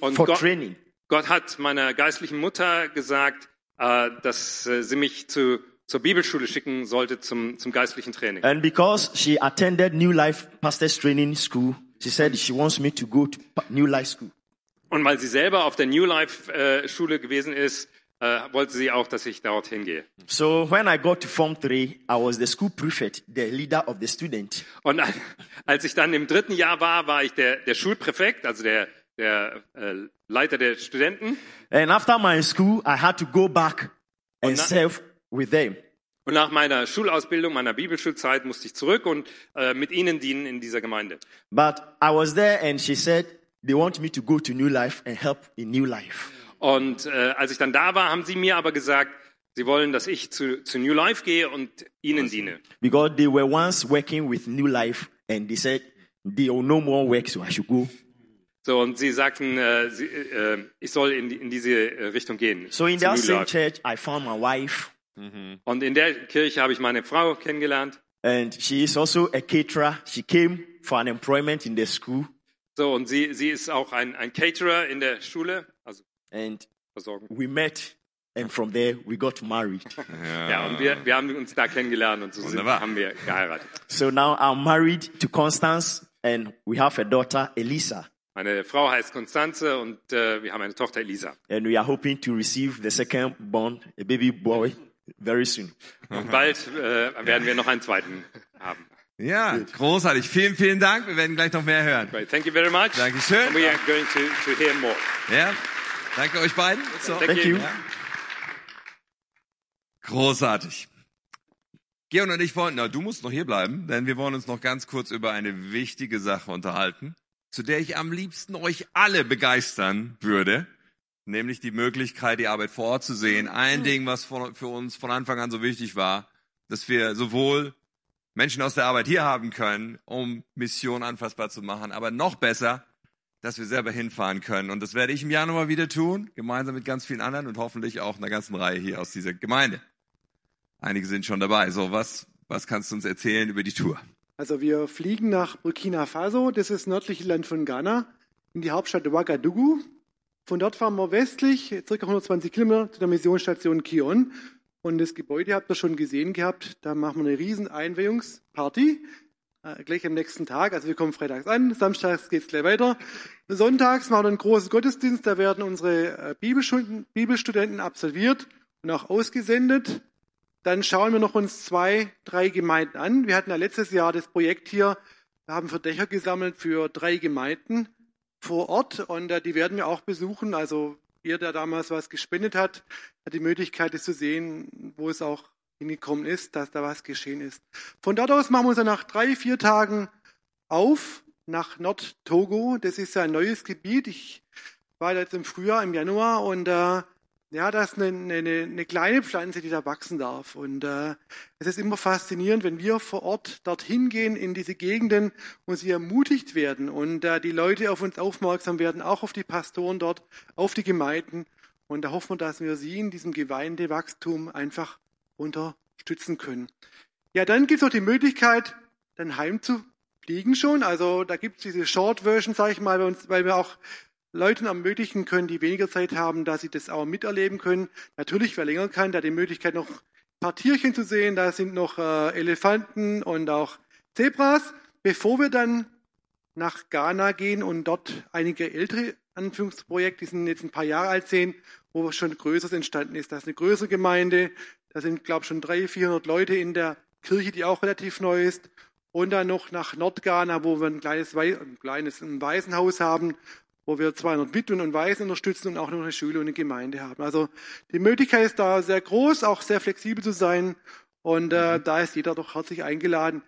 Und for Gott, training. Gott hat meiner geistlichen Mutter gesagt, äh, dass äh, sie mich zu, zur Bibelschule schicken sollte zum, zum geistlichen Training. And because she attended New Life Pastors Training School, she said she wants me to go to pa- New Life School. Und weil sie selber auf der New Life äh, Schule gewesen ist, äh, wollte sie auch, dass ich dorthin gehe. So when I got to Form 3, I was the school prefect, the leader of the student. Und a- als ich dann im dritten Jahr war, war ich der, der Schulpräfekt, also der, der äh, Leiter der Studenten. And after my school, I had to go back and na- serve with them. Und nach meiner Schulausbildung, meiner Bibelschulzeit musste ich zurück und äh, mit ihnen dienen in dieser Gemeinde. But I was there and she said they want me to go to New Life and help in New Life. Und äh, als ich dann da war, haben sie mir aber gesagt, sie wollen, dass ich zu, zu New Life gehe und ihnen diene. Because they were once working with New Life and they said they will no more work, so I should go. So, und sie sagten, äh, sie, äh, ich soll in, die- in diese äh, Richtung gehen. So in zu that New same Life. church, I found my wife Und in der Kirche habe ich meine Frau kennengelernt. and she is also a caterer. She came for unemployment in the school So, und sie, sie ist auch ein, ein Caterer in der Schule, also and Versorgung. we met and from there we got married. Ja, und wir, wir haben uns da kennengelernt und so sind, Wunderbar. haben wir geheiratet. so now I'm married to Constance and we have a daughter, Elisa. Meine Frau heißt Konstanze und äh, wir haben eine Tochter Elisa. and we are hoping to receive the second born, a baby boy, very soon. Und bald äh, werden wir noch einen zweiten haben. Ja, großartig. Vielen, vielen Dank. Wir werden gleich noch mehr hören. Right, thank you very much. Dankeschön. And we are going to, to hear more. Ja, danke euch beiden. So. Thank, Thank you. you. Großartig. Georg und ich wollen, na, du musst noch hier bleiben, denn wir wollen uns noch ganz kurz über eine wichtige Sache unterhalten, zu der ich am liebsten euch alle begeistern würde, nämlich die Möglichkeit, die Arbeit vor Ort zu sehen. Ein Ding, was von, für uns von Anfang an so wichtig war, dass wir sowohl Menschen aus der Arbeit hier haben können, um Mission anfassbar zu machen, aber noch besser, dass wir selber hinfahren können. Und das werde ich im Januar wieder tun, gemeinsam mit ganz vielen anderen und hoffentlich auch einer ganzen Reihe hier aus dieser Gemeinde. Einige sind schon dabei. So, was, was kannst du uns erzählen über die Tour? Also wir fliegen nach Burkina Faso, das ist das nördliche Land von Ghana, in die Hauptstadt Ouagadougou. Von dort fahren wir westlich, ca. 120 Kilometer, zu der Missionsstation Kion. Und das Gebäude habt ihr schon gesehen gehabt, da machen wir eine riesen Einweihungsparty. Äh, gleich am nächsten Tag, also wir kommen freitags an, samstags geht's gleich weiter. Sonntags machen wir einen großen Gottesdienst, da werden unsere äh, Bibelstunden, Bibelstudenten absolviert und auch ausgesendet. Dann schauen wir noch uns zwei, drei Gemeinden an. Wir hatten ja letztes Jahr das Projekt hier, wir haben Verdächer gesammelt für drei Gemeinden vor Ort und äh, die werden wir auch besuchen. Also ihr, der damals was gespendet hat, hat die Möglichkeit, es zu sehen, wo es auch hingekommen ist, dass da was geschehen ist. Von dort aus machen wir uns dann nach drei, vier Tagen auf nach Nordtogo. Das ist ja ein neues Gebiet. Ich war da jetzt im Frühjahr, im Januar und äh, ja, das ist eine, eine- eine, eine kleine Pflanze, die da wachsen darf. Und äh, es ist immer faszinierend, wenn wir vor Ort dorthin gehen in diese Gegenden und sie ermutigt werden und äh, die Leute auf uns aufmerksam werden, auch auf die Pastoren dort, auf die Gemeinden. Und da hoffen wir, dass wir sie in diesem Gemeindewachstum einfach unterstützen können. Ja, dann gibt es auch die Möglichkeit, dann heimzufliegen liegen schon. Also da gibt's diese Short Version, sage ich mal, bei uns, weil wir auch Leuten ermöglichen können, die weniger Zeit haben, dass sie das auch miterleben können. Natürlich, wer länger kann, da die Möglichkeit noch ein paar Tierchen zu sehen. Da sind noch äh, Elefanten und auch Zebras. Bevor wir dann nach Ghana gehen und dort einige ältere Anführungsprojekte, die sind jetzt ein paar Jahre alt sehen, wo schon Größeres entstanden ist. Da ist eine größere Gemeinde, da sind, glaube ich, schon 300, 400 Leute in der Kirche, die auch relativ neu ist. Und dann noch nach Nordghana, wo wir ein kleines, Wai- ein kleines ein Waisenhaus haben, wo wir 200 Witwen und Waisen unterstützen und auch noch eine Schule und eine Gemeinde haben. Also die Möglichkeit ist da sehr groß, auch sehr flexibel zu sein. Und äh, da ist jeder doch herzlich eingeladen,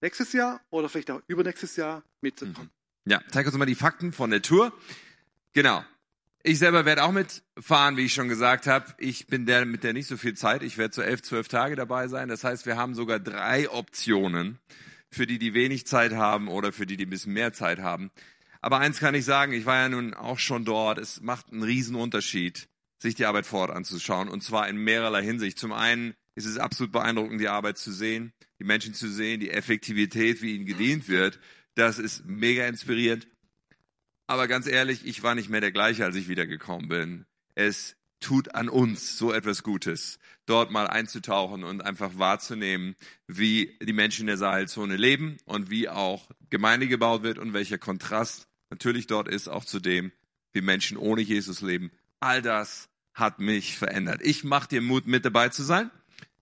nächstes Jahr oder vielleicht auch übernächstes Jahr mitzukommen. Ja, zeig uns mal die Fakten von der Tour. Genau. Ich selber werde auch mitfahren, wie ich schon gesagt habe. Ich bin der mit der nicht so viel Zeit. Ich werde so elf, zwölf Tage dabei sein. Das heißt, wir haben sogar drei Optionen für die, die wenig Zeit haben oder für die, die ein bisschen mehr Zeit haben. Aber eins kann ich sagen, ich war ja nun auch schon dort. Es macht einen riesen Unterschied, sich die Arbeit vor Ort anzuschauen. Und zwar in mehrerlei Hinsicht. Zum einen ist es absolut beeindruckend, die Arbeit zu sehen, die Menschen zu sehen, die Effektivität, wie ihnen gedient wird. Das ist mega inspirierend. Aber ganz ehrlich, ich war nicht mehr der gleiche, als ich wiedergekommen bin. Es tut an uns so etwas Gutes, dort mal einzutauchen und einfach wahrzunehmen, wie die Menschen in der Sahelzone leben und wie auch Gemeinde gebaut wird und welcher Kontrast natürlich dort ist, auch zu dem, wie Menschen ohne Jesus leben. All das hat mich verändert. Ich mache dir Mut, mit dabei zu sein.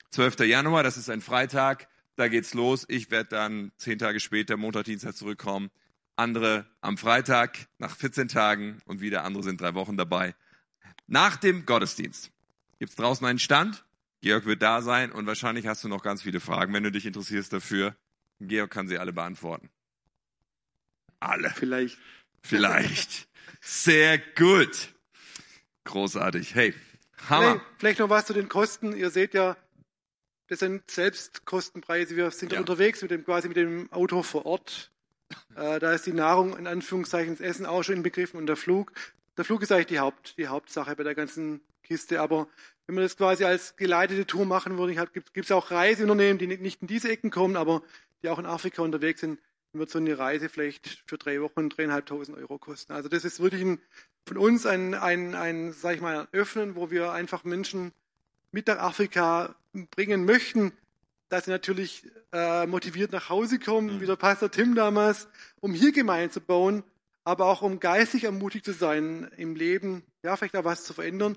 12. Januar, das ist ein Freitag, da geht's los. Ich werde dann zehn Tage später, Montag, Dienstag zurückkommen. Andere am Freitag nach 14 Tagen und wieder andere sind drei Wochen dabei. Nach dem Gottesdienst gibt's draußen einen Stand. Georg wird da sein und wahrscheinlich hast du noch ganz viele Fragen, wenn du dich interessierst dafür. Georg kann sie alle beantworten. Alle. Vielleicht. Vielleicht. Sehr gut. Großartig. Hey, Hammer. Vielleicht, vielleicht noch was zu den Kosten. Ihr seht ja, das sind Selbstkostenpreise. Wir sind Ja. unterwegs mit dem, quasi mit dem Auto vor Ort. Äh, da ist die Nahrung, in Anführungszeichen, das Essen auch schon inbegriffen und der Flug. Der Flug ist eigentlich die, Haupt, die Hauptsache bei der ganzen Kiste. Aber wenn man das quasi als geleitete Tour machen würde, halt, gibt es auch Reiseunternehmen, die nicht- nicht in diese Ecken kommen, aber die auch in Afrika unterwegs sind, dann wird so eine Reise vielleicht für drei Wochen dreieinhalbtausend Euro kosten. Also das ist wirklich ein, von uns ein, ein, ein, sag ich mal, Öffnen, wo wir einfach Menschen mit nach Afrika bringen möchten, dass sie natürlich äh, motiviert nach Hause kommen, wie der Pastor Tim damals, um hier Gemeinden zu bauen, aber auch um geistig ermutigt zu sein im Leben, ja, vielleicht auch was zu verändern,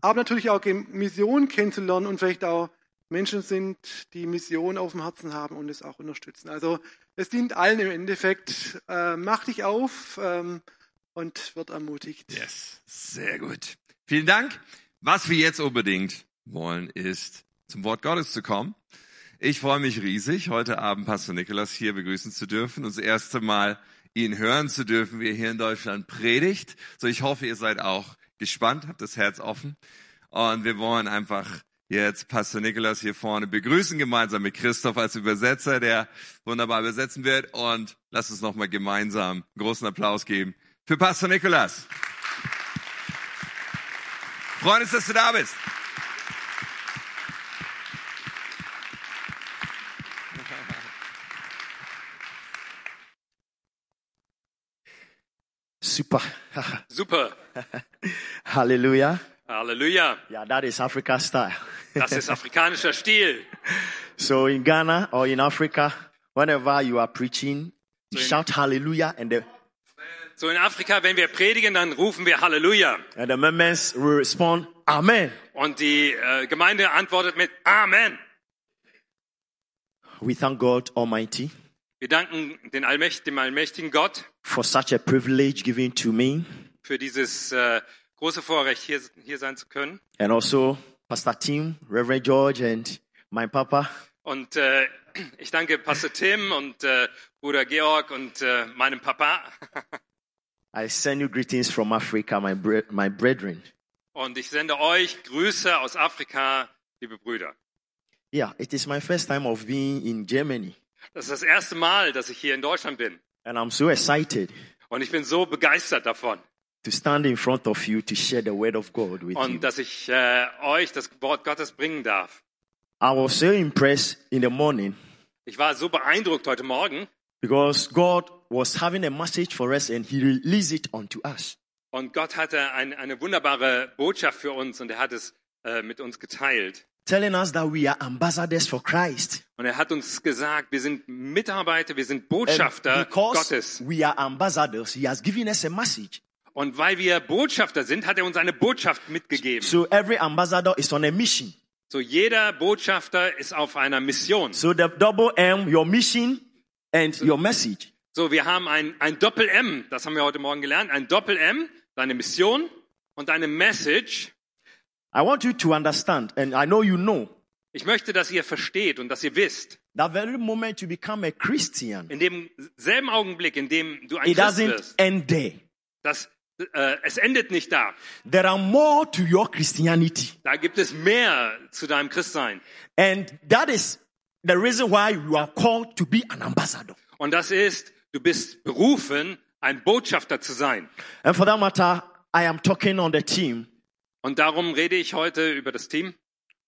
aber natürlich auch Gem- Mission kennenzulernen und vielleicht auch Menschen sind, die Mission auf dem Herzen haben und es auch unterstützen. Also es dient allen im Endeffekt. Äh, mach dich auf ähm, und wird ermutigt. Yes, sehr gut. Vielen Dank. Was wir jetzt unbedingt wollen, ist zum Wort Gottes zu kommen. Ich freue mich riesig, heute Abend Pastor Nikolas hier begrüßen zu dürfen und das erste Mal ihn hören zu dürfen, wie er hier in Deutschland predigt. So, ich hoffe, ihr seid auch gespannt, habt das Herz offen. Und wir wollen einfach jetzt Pastor Nikolas hier vorne begrüßen, gemeinsam mit Christoph als Übersetzer, der wunderbar übersetzen wird. Und lasst uns nochmal gemeinsam einen großen Applaus geben für Pastor Nikolas. Freuen uns, dass du da bist. Super. Super. Hallelujah. Halleluja. Yeah, that is Africa style. Das ist afrikanischer Stil. So in Ghana or in Africa, whenever you are preaching, you shout hallelujah and the, So in Afrika, wenn wir predigen, dann rufen wir Halleluja. and the members will respond, Amen. Und die äh, Gemeinde antwortet mit Amen. We thank God Almighty Wir danken den Allmächt, dem allmächtigen Gott for such a privilege given to me für dieses äh, große Vorrecht, hier, hier sein zu können. and also Pastor Tim, Reverend George and my papa. Und äh, ich danke Pastor Tim und äh, Bruder Georg und äh, meinem Papa. I send you greetings from Africa, my, bre- my brethren. Und ich sende euch Grüße aus Afrika, liebe Brüder. Yeah, it is my first time of being in Germany Das ist das erste Mal, dass ich hier in Deutschland bin. and I'm so excited Und ich bin so begeistert davon. to stand in front of you to share the word of God with you. Und dass ich äh, euch das Wort Gottes bringen darf. I was so impressed in the morning Ich war so beeindruckt heute Morgen, Because God was having a message for us and He released it onto us. Und Gott hatte ein, eine wunderbare Botschaft für uns und er hat es äh, mit uns geteilt. telling us that we are ambassadors for Christ. Und er hat uns gesagt, wir sind Mitarbeiter, wir sind And Botschafter because Gottes. we are ambassadors, He has given us a message. Und weil wir Botschafter sind, hat er uns eine Botschaft mitgegeben. So every ambassador is on a mission. So jeder Botschafter ist auf einer Mission. So the double M, your mission and your message. So, wir haben ein, ein Doppel-M, das haben wir heute Morgen gelernt, ein Doppel-M, deine Mission und deine Message. I want you to understand, and I know you know, Ich möchte, dass ihr versteht und dass ihr wisst, that very moment you become a Christian, in dem selben Augenblick, in dem du ein it Christ doesn't wirst, end there. das, äh, es endet nicht da. There are more to your Christianity. Da gibt es mehr zu deinem Christsein. And that is the reason why you are called to be an ambassador. Und das ist, du bist berufen, ein Botschafter zu sein. And for that matter, I am talking on the team. Und darum rede ich heute über das Team.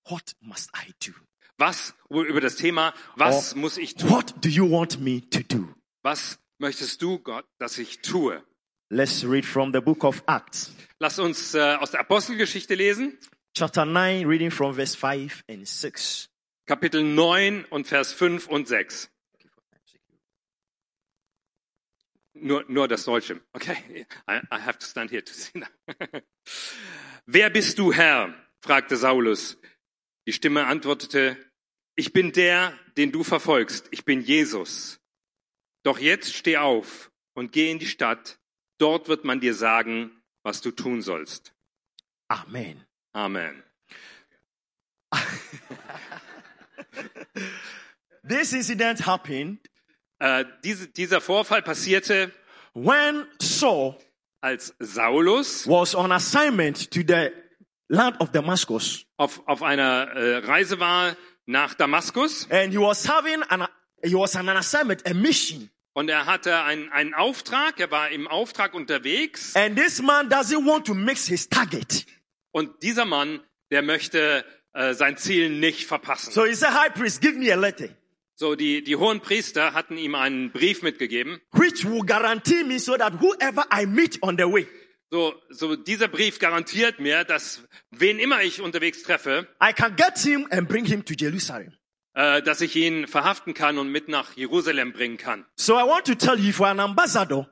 What must I do? Was, über das Thema, was muss ich tun? What do you want me to do? Was möchtest du, Gott, dass ich tue? Let's read from the book of Acts, Lass uns äh, aus der Apostelgeschichte lesen, chapter 9, reading from verse 5 and 6. Kapitel 9 und Vers 5 und 6. Nur, nur das Deutsche. Okay, I, I have to stand here to see that. Wer bist du, Herr? fragte Saulus. Die Stimme antwortete, ich bin der, den du verfolgst. Ich bin Jesus. Doch jetzt steh auf und geh in die Stadt. Dort wird man dir sagen, was du tun sollst. Amen. Amen. This incident happened Äh, diese, dieser Vorfall passierte, when Saul als Saulus was on assignment to the land of Damascus auf, auf einer äh, Reise war nach Damaskus and he was having an he was on an assignment, a mission. und er hatte einen, einen Auftrag, er war im Auftrag unterwegs And this man doesn't want to mix his target. und dieser Mann, der möchte äh, sein Ziel nicht verpassen. So So, he said, High priest, give me a letter die, die hohen Priester hatten ihm einen Brief mitgegeben. which will guarantee me so that whoever I meet on the way, So, so dieser Brief garantiert mir, dass wen immer ich unterwegs treffe, I can get him and bring him to Jerusalem. äh, dass ich ihn verhaften kann und mit nach Jerusalem bringen kann. So I want to tell you, for an ambassador,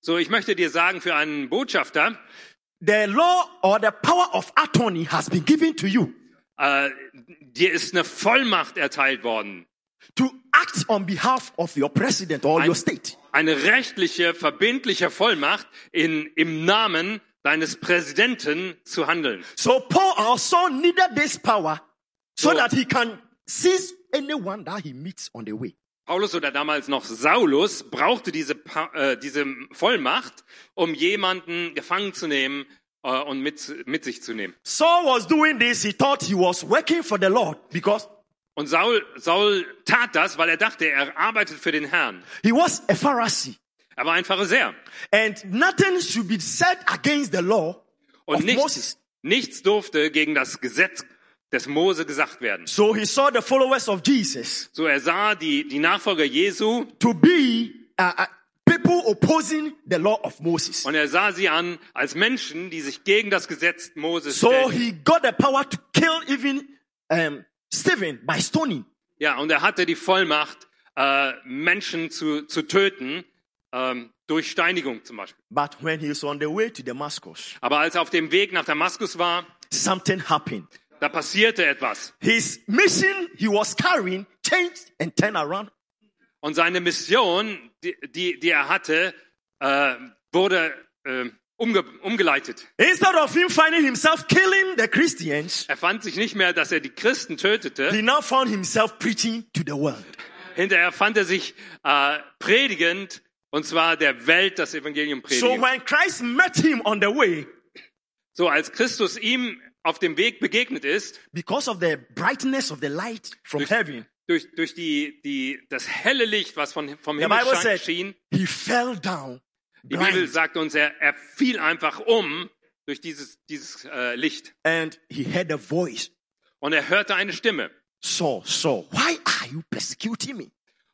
So, ich möchte dir sagen, für einen Botschafter, the law or the power of attorney has been given to you äh, dir ist eine Vollmacht erteilt worden. to act on behalf of your president or your state. Eine rechtliche, verbindliche Vollmacht in, im Namen deines Präsidenten zu handeln. So Paul also needed this power so So- that he can seize anyone that he meets on the way. Paulus oder damals noch Saulus brauchte diese, Pa- äh, diese Vollmacht, um jemanden gefangen zu nehmen äh, und mit, mit sich zu nehmen. Saul was doing this, he thought he was working for the Lord because Und Saul, Saul tat das, weil er dachte, er arbeitet für den Herrn. he was a Pharisee. Er war ein Pharisäer. And nothing should be said against the law Und of Moses. nichts, nichts durfte gegen das Gesetz des Mose gesagt werden. So he saw the followers of Jesus So er sah die, die Nachfolger Jesu to be uh, uh, people opposing the law of Moses. und er sah sie an als Menschen, die sich gegen das Gesetz Moses So stellten. he got the power to kill even um, Stephen by stoning. Ja, und er hatte die Vollmacht, äh, Menschen zu, zu töten, ähm, durch Steinigung zum Beispiel. But when he was on the way to Damascus, Aber als er auf dem Weg nach Damaskus war, something happened. da passierte etwas. His mission he was carrying changed and turned around. Und seine Mission, die, die, die er hatte, äh, wurde äh, umge umgeleitet. Instead of him finding himself killing the Christians, Er fand sich nicht mehr, dass er die Christen tötete. he now found himself preaching to the world. Hinterher fand er sich äh, predigend, und zwar der Welt das Evangelium So predigend. when Christ met him on the way, So als Christus ihm auf dem Weg begegnet ist, because of the brightness of the light from heaven, durch, durch die, die, das helle Licht, was von, vom the Himmel Bible schein- said schien, he fell down. die Bibel Blind, sagt uns, er, er fiel einfach um durch dieses, dieses äh, Licht. and he heard a voice. Und er hörte eine Stimme. Saul, Saul, why are you persecuting me?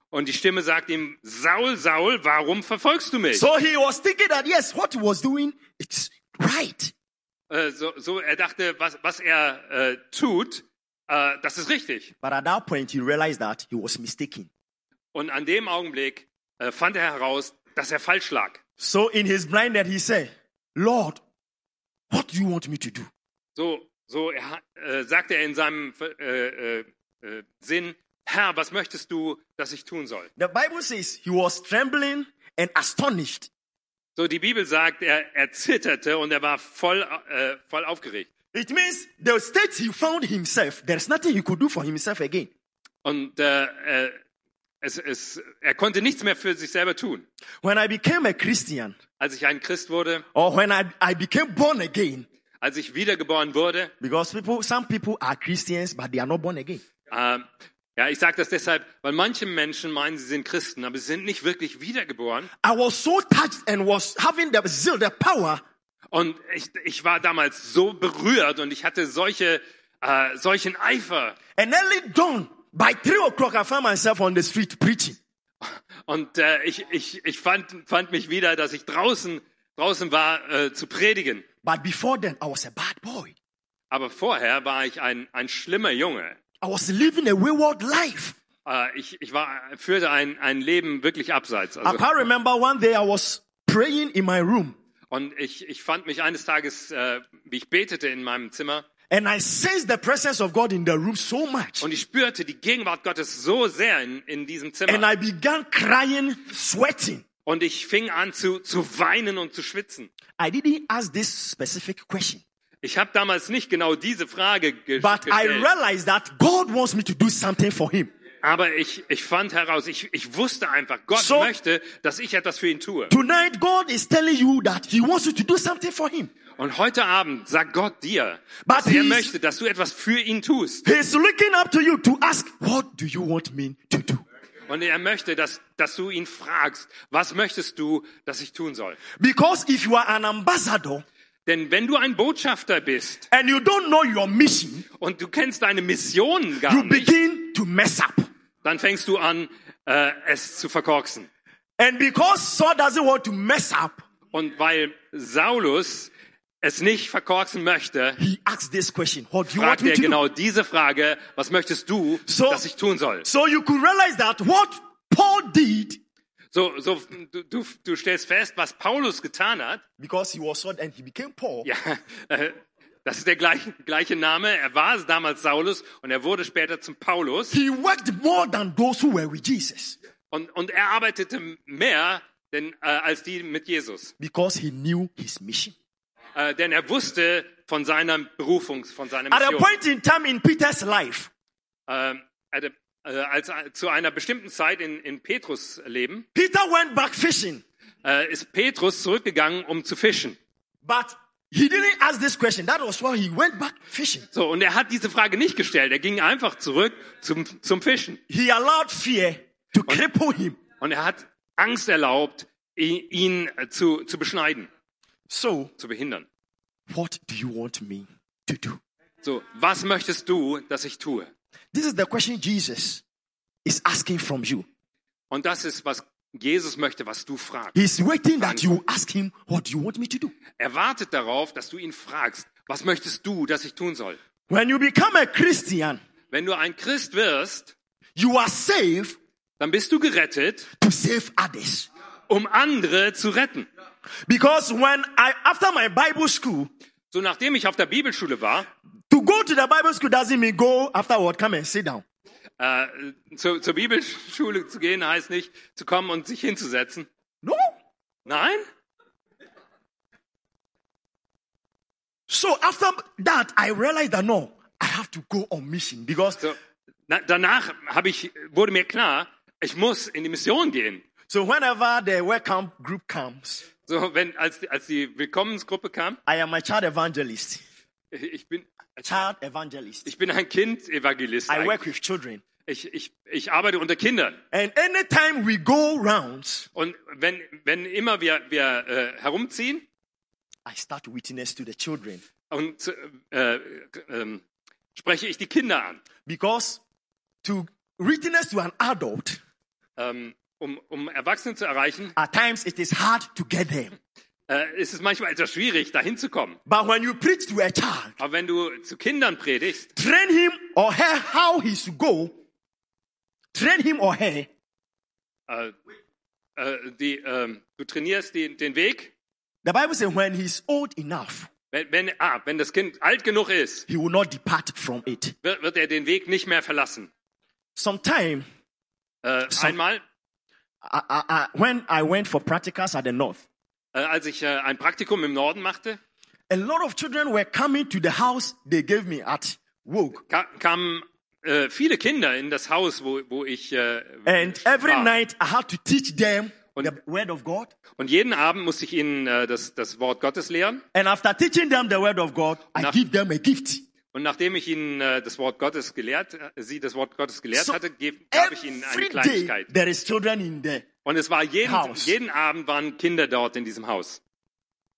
Und die Stimme sagt ihm, Saul, Saul, warum verfolgst du mich? So he was thinking that yes, what he was doing, it's right. Äh, so, so er dachte, was, was er äh, tut, äh, das ist richtig. But at that point, he realized that he was mistaken. Und an dem Augenblick äh, fand er heraus, dass er falsch lag. So in his blindness, he said, Lord, what do you want me to do? So, so er, ha- äh, sagte er in seinem äh, äh, äh, Sinn, Herr, was möchtest du, dass ich tun soll? The Bible says he was trembling and astonished. So die Bibel sagt, er, er zitterte und er war voll, äh, voll aufgeregt. It means the state he found himself, there's nothing he could do for himself again. Und äh, äh, es, es, er konnte nichts mehr für sich selber tun. When I became a Christian, Als ich ein Christ wurde, or when I, I became born again, als ich wiedergeboren wurde, because people, some people are Christians, but they are not born again. äh, ja, ich sage das deshalb, weil manche Menschen meinen, sie sind Christen, aber sie sind nicht wirklich wiedergeboren. I was so touched and was having the zeal, the power Und ich, ich war damals so berührt und ich hatte solche, äh, solchen Eifer. And early dawn, by three o'clock, I found myself on the street preaching. Und äh, ich, ich, ich fand, fand mich wieder, dass ich draußen, draußen war äh, zu predigen. But before then, I was a bad boy. Aber vorher war ich ein, ein schlimmer Junge. I was living a wayward life. Äh, ich, ich war, führte ein, ein Leben wirklich abseits. I Also, can't remember one day I was praying in my room und ich, ich fand mich eines Tages, äh, wie ich betete in meinem Zimmer, and I sensed the presence of God in the room so much. und ich spürte die Gegenwart Gottes so sehr in, in diesem And Zimmer. I began crying, sweating. Und ich fing an zu, zu weinen und zu schwitzen. I didn't ask this specific question, Ich habe damals nicht genau diese Frage ge but I gestellt. realized that God wants me to do something for Him. Aber ich, ich fand heraus, ich, ich wusste einfach, Gott So- möchte, dass ich etwas für ihn tue. Tonight, God is telling you that He wants you to do something for Him. Und heute Abend sagt Gott dir, But dass er he's- möchte, dass du etwas für ihn tust. He's looking up to you to ask, What do you want me to do? Und er möchte, dass, dass du ihn fragst, was möchtest du, dass ich tun soll? Because if you are an ambassador Denn wenn du ein Botschafter bist and you don't know your mission, und du kennst deine Mission gar you nicht, begin to mess up. dann fängst du an, äh, es zu verkorksen. And because Saul doesn't want to mess up, Und weil Saulus es nicht verkorksen möchte, he asks this question What do you want fragt me er to do? genau diese Frage, was möchtest du, So- dass ich tun soll? So you could realize that what Paul did, So, so du, du, du stellst fest, was Paulus getan hat. because he was Saul and he became Paul, Ja, äh, das ist der gleiche, gleiche Name. Er war damals Saulus und er wurde später zum Paulus. he worked more than those who were with Jesus Und, und er arbeitete mehr denn, äh, als die mit Jesus. because he knew his mission. Äh, denn er wusste von seiner Berufung, von seiner At a Mission. point in time in Peter's life, Ähm, er hatte, äh, als, zu einer bestimmten Zeit in, in Petrus Leben Peter went back fishing, äh, ist Petrus zurückgegangen, um zu fischen. but he didn't ask this question. That was why he went back fishing. So, und er hat diese Frage nicht gestellt. Er ging einfach zurück zum, zum Fischen. He allowed fear to cripple him. Und er hat Angst erlaubt, i- ihn äh, zu, zu beschneiden, So, zu behindern. what do you want me to do? So, was möchtest du, dass ich tue? This is the question Jesus is asking from you. Und das ist, was Jesus möchte, was du fragst. He's waiting that you ask him, What do you want me to do? Er wartet darauf, dass du ihn fragst, was möchtest du, dass ich tun soll? When you become a Christian, Wenn du ein Christ wirst, you are saved dann bist du gerettet, to save others. um andere zu retten. Because when I, after my Bible school, So, nachdem ich auf der Bibelschule war, to go to the Bible school doesn't mean go afterward, come and sit down. äh, zur, zur Bibelschule zu gehen, heißt nicht, zu kommen und sich hinzusetzen. No. Nein? So after that, I realized that no, I have to go on mission because So, na, danach hab ich, wurde mir klar, ich muss in die Mission gehen. so whenever the welcome group comes, So, wenn, als, die- als die Willkommensgruppe kam, I am a child evangelist. ich bin, Child evangelist. ich bin ein Kind-Evangelist. I work eigentlich. with children. Ich, ich, ich arbeite unter Kindern. And anytime we go rounds, Und wenn, wenn immer wir, wir äh, herumziehen I start witness to the children und äh, ähm, spreche ich die Kinder an. because to witness to an adult Ähm, um, um Erwachsene zu erreichen, At times it is hard to get them. äh, ist es manchmal etwas schwierig, dahin zu kommen. But when you preach to a child, Aber wenn du zu Kindern predigst, train him or her how he should go, train him or her, äh, äh, die, ähm, du trainierst die, den Weg. the Bible says when he's old enough, Wenn, wenn, ah, wenn das Kind alt genug ist, he will not depart from it. wird, wird er den Weg nicht mehr verlassen. Sometime, Äh, So- einmal, I, I, I, when I went for practicals at the north, äh, als ich äh, ein Praktikum im Norden machte, a lot of children were coming to the house they gave me at Woke. ka kamen äh, viele Kinder in das Haus, wo, wo ich äh, And every war. night I had to teach them Und- the word of God. Und jeden Abend musste ich ihnen äh, das, das Wort Gottes lehren. And after teaching them the word of God, I Nach- give them a gift. Und nachdem ich ihnen äh, das Wort Gottes gelehrt, äh, sie das Wort Gottes gelehrt So, hatte, ge- gab ich ihnen eine every day Kleinigkeit. there is children in there. Und es war jeden, Haus. jeden Abend waren Kinder dort in diesem Haus.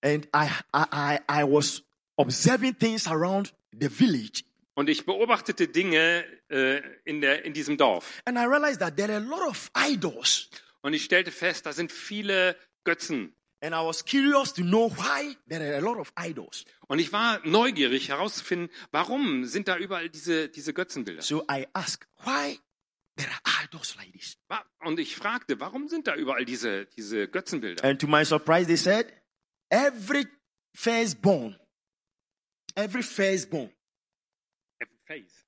And I, I, I, I was observing things around the village. Und ich beobachtete Dinge äh, in, der, in diesem Dorf. And I realized that there are a lot of idols. Und ich stellte fest, da sind viele Götzen. And I was curious to know why there are a lot of idols. Und ich war neugierig herauszufinden, warum sind da überall diese, diese Götzenbilder? So I asked, why there are idols like this? Wa- Und ich fragte, warum sind da überall diese, diese Götzenbilder? And to my surprise, they said, every firstborn, every firstborn,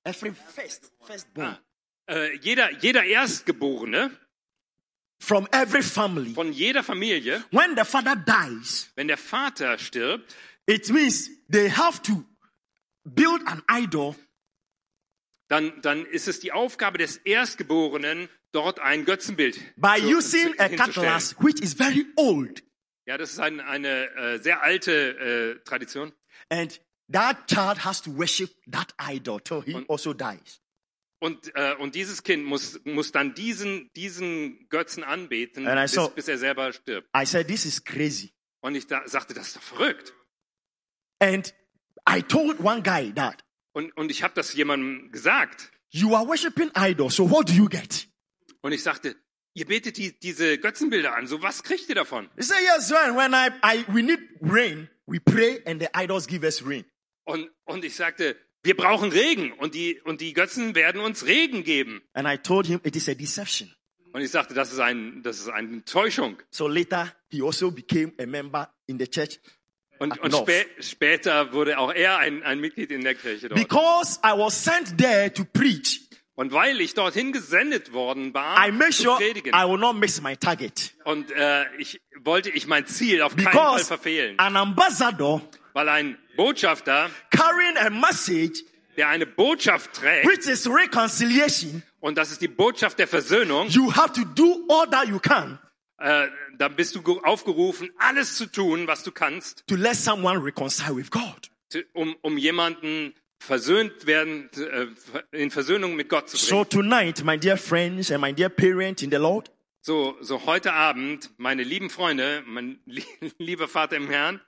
every first, firstborn Ah. Äh, jeder, jeder Erstgeborene from every family, von jeder Familie, when the father dies, wenn der Vater stirbt, it means they have to build an idol dann, dann ist es die Aufgabe des Erstgeborenen, dort ein Götzenbild by zu, using zu, a hinzustellen. cutlass, which is very old. Ja, das ist ein, eine äh, sehr alte äh, Tradition. And that child has to worship that idol till he Und- also dies. Und, äh, und dieses Kind muss, muss dann diesen, diesen Götzen anbeten, And I bis, saw- bis er selber stirbt. I said, this is crazy. Und ich da, sagte, das ist doch verrückt. And I told one guy that Und, und ich habe das jemandem gesagt. you are worshiping idols, so what do you get? Und ich sagte, ihr betet die, diese Götzenbilder an, so was kriegt ihr davon? He said, Yes, sir. When I, I we need rain, we pray and the idols give us rain. Und, und ich sagte, wir brauchen Regen und die, und die Götzen werden uns Regen geben. And I told him it is a deception. Und ich sagte, das ist, ein, das ist eine Täuschung. So later he also became a member in the church. Und, und Lauf. spä später wurde auch er ein, ein Mitglied in der Kirche dort. Because I was sent there to preach, Und weil ich dorthin gesendet worden war, I make zu sure predigen, I will not miss my target. und äh, ich wollte ich mein Ziel auf keinen Fall Because verfehlen, an ambassador weil ein Botschafter, carrying a message der eine Botschaft trägt, which is reconciliation, und das ist die Botschaft der Versöhnung, you have to do all that you can äh, dann bist du ge- aufgerufen, alles zu tun, was du kannst, to let someone reconcile with God. t- um, um jemanden versöhnt werden, t- äh, in Versöhnung mit Gott zu So bringen. tonight, my dear friends and my dear parents in the Lord, So, so heute Abend, meine lieben Freunde, mein lie- lieber Vater im Herrn,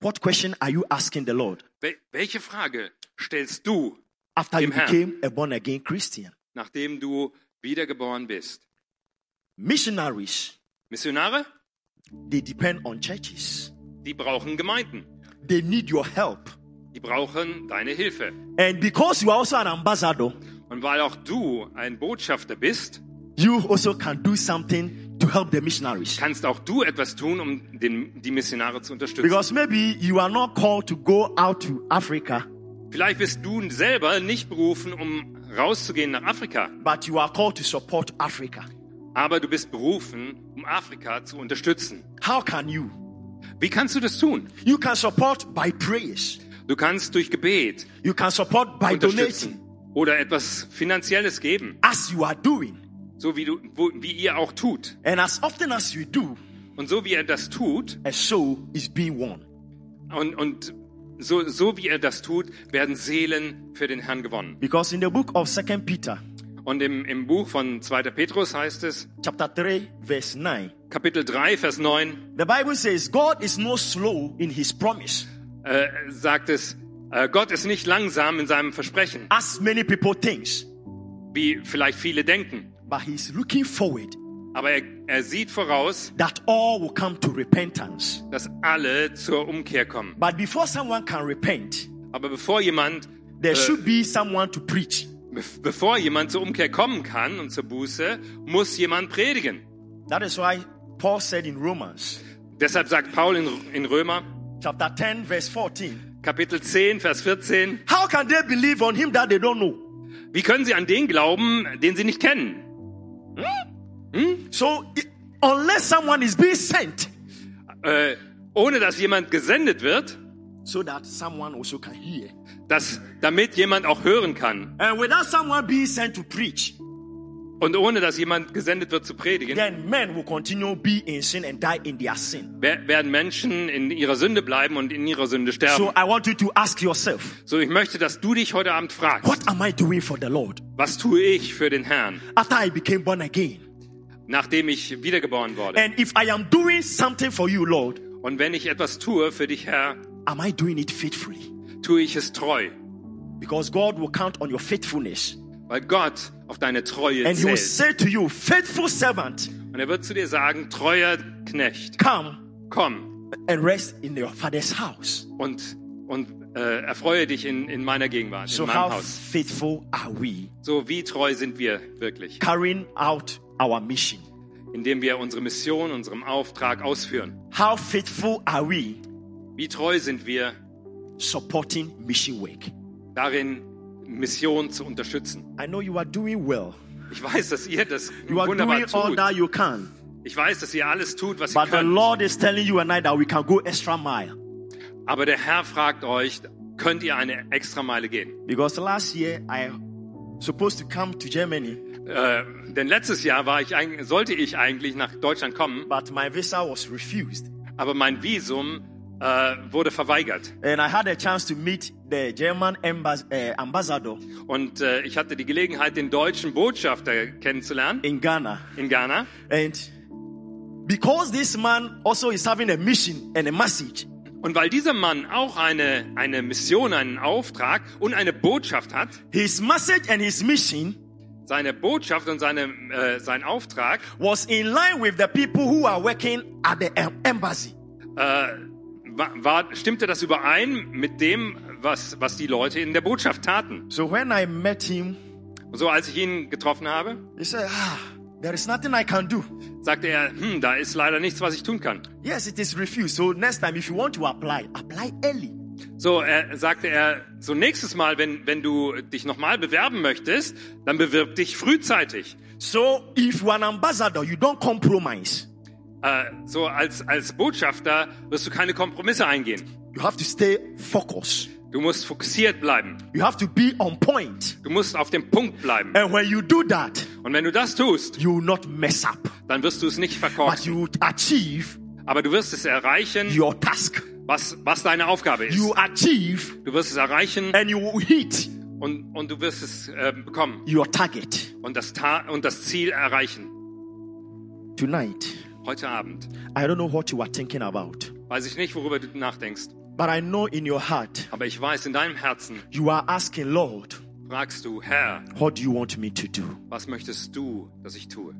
what question are you asking the Lord Wel welche Frage stellst du, after you Im Herrn. became a born again Christian? nachdem du wiedergeboren bist? Missionaries, Missionare, they depend on churches. die brauchen Gemeinden. They need your help. Die brauchen deine Hilfe. And because you are also an ambassador, Und weil auch du ein Botschafter bist, you also can do something to help the missionaries. kannst auch du etwas tun, um den, die Missionare zu unterstützen. Because maybe you are not called to go out to Africa, Vielleicht bist du selber nicht berufen, um rauszugehen nach Afrika, but you are called to support Africa. aber du bist berufen, um Afrika zu unterstützen. How can you? Wie kannst du das tun? You can support by prayers. Du kannst durch Gebet You can support by unterstützen donating, oder etwas Finanzielles geben, as you are doing. so wie, du, wo, wie ihr auch tut. And as often as you do, Und so wie er das tut, a soul is being won. und, und so, so wie er das tut, werden Seelen für den Herrn gewonnen. Because in the book of Second Peter, Und im, im Buch von 2. Petrus heißt es, chapter 3, verse 9, Kapitel 3, Vers 9, the Bible says, God is not slow in his promise, äh, sagt es, äh, Gott ist nicht langsam in seinem Versprechen, as many people think, wie vielleicht viele denken. but he's looking forward Aber er, er sieht voraus, that all will come to repentance. dass alle zur Umkehr kommen. But before someone can repent, Aber bevor jemand, there Äh. should be someone to preach. bef- bevor jemand zur Umkehr kommen kann und zur Buße, muss jemand predigen. That is why Paul said in Romans Deshalb sagt Paul in, in Römer, chapter 10, verse 14, Kapitel 10, Vers 14, How can they believe on him that they don't know? wie können sie an den glauben, den sie nicht kennen? So, i- unless someone is being sent, Äh, ohne dass jemand gesendet wird, so that someone also can hear. dass, damit jemand auch hören kann. And without someone being sent to preach, Und ohne dass jemand gesendet wird zu predigen, then men will continue be in sin and die in their sin. wer- werden Menschen in ihrer Sünde bleiben und in ihrer Sünde So sterben. I want you to ask yourself, So, ich möchte, dass du dich heute Abend fragst, what am I doing for the Lord? was tue ich für den Herrn, After I became born again. nachdem ich wiedergeboren wurde? And if I am doing something for you, Lord, Und wenn ich etwas tue für dich, Herr, am I doing it faithfully? tue ich es treu, Because God will count on your faithfulness. weil Gott auf deine Treue And he will zählt. say to you, faithful servant, Und er wird zu dir sagen, treuer Knecht, come komm and rest in your father's house. und, und äh, erfreue dich in, in meiner Gegenwart, So in how meinem Haus. faithful are we So wie treu sind wir wirklich, carrying out our mission? indem wir unsere Mission, unserem Auftrag ausführen. How faithful are we Wie treu sind wir supporting mission work? darin, Mission zu unterstützen. I know you are doing well. Ich weiß, dass ihr das You are wunderbar doing all tut. that you can. Ich weiß, dass ihr alles tut, was ihr But the könnt. Lord is telling you and I that we can go extra mile. Aber der Herr fragt euch, könnt ihr eine Extrameile gehen? Because last year I supposed to come to Germany, Äh, denn letztes Jahr war ich, eig- sollte ich eigentlich nach Deutschland kommen, but my visa was refused. aber mein Visum äh, wurde verweigert. And I had a chance to meet the German embass- eh, ambassador Und äh, ich hatte die Gelegenheit, den deutschen Botschafter kennenzulernen in Ghana. in Ghana. And because this man also is having a mission and a message, Und weil dieser Mann auch eine, eine Mission, einen Auftrag und eine Botschaft hat, his message and his mission seine Botschaft und seine, äh, sein Auftrag was in line with the people who are working at the em- embassy. äh, war, war, stimmte das überein mit dem, was, was die Leute in der Botschaft taten. So when I met him, Und so als ich ihn getroffen habe, he said, Ah, there is nothing I can do. sagte er, hm, da ist leider nichts, was ich tun kann. Yes, it is refused. So next time, if you want to apply, apply early. So er, sagte er, so nächstes Mal, wenn, wenn du dich nochmal bewerben möchtest, dann bewirb dich frühzeitig. So if you are an ambassador, you don't compromise. Äh, so als, als Botschafter wirst du keine Kompromisse eingehen. You have to stay focused. Du musst fokussiert bleiben. You have to be on point. Du musst auf dem Punkt bleiben. And when you do that, Und wenn du das tust, you will not mess up, dann wirst du es nicht but verkorksen. you will achieve Aber du wirst es erreichen, your task. was, was deine Aufgabe ist. You achieve Du wirst es erreichen and you will hit und, und du wirst es äh, bekommen. your target. Und das, Ta und das Ziel erreichen. Tonight, Heute Abend. I don't know what you are thinking about, Weiß ich nicht, worüber du nachdenkst. but I know in your heart, Aber ich weiß, in deinem Herzen you are asking, Lord, fragst du, Herr, what do you want me to do? was möchtest du, dass ich tue?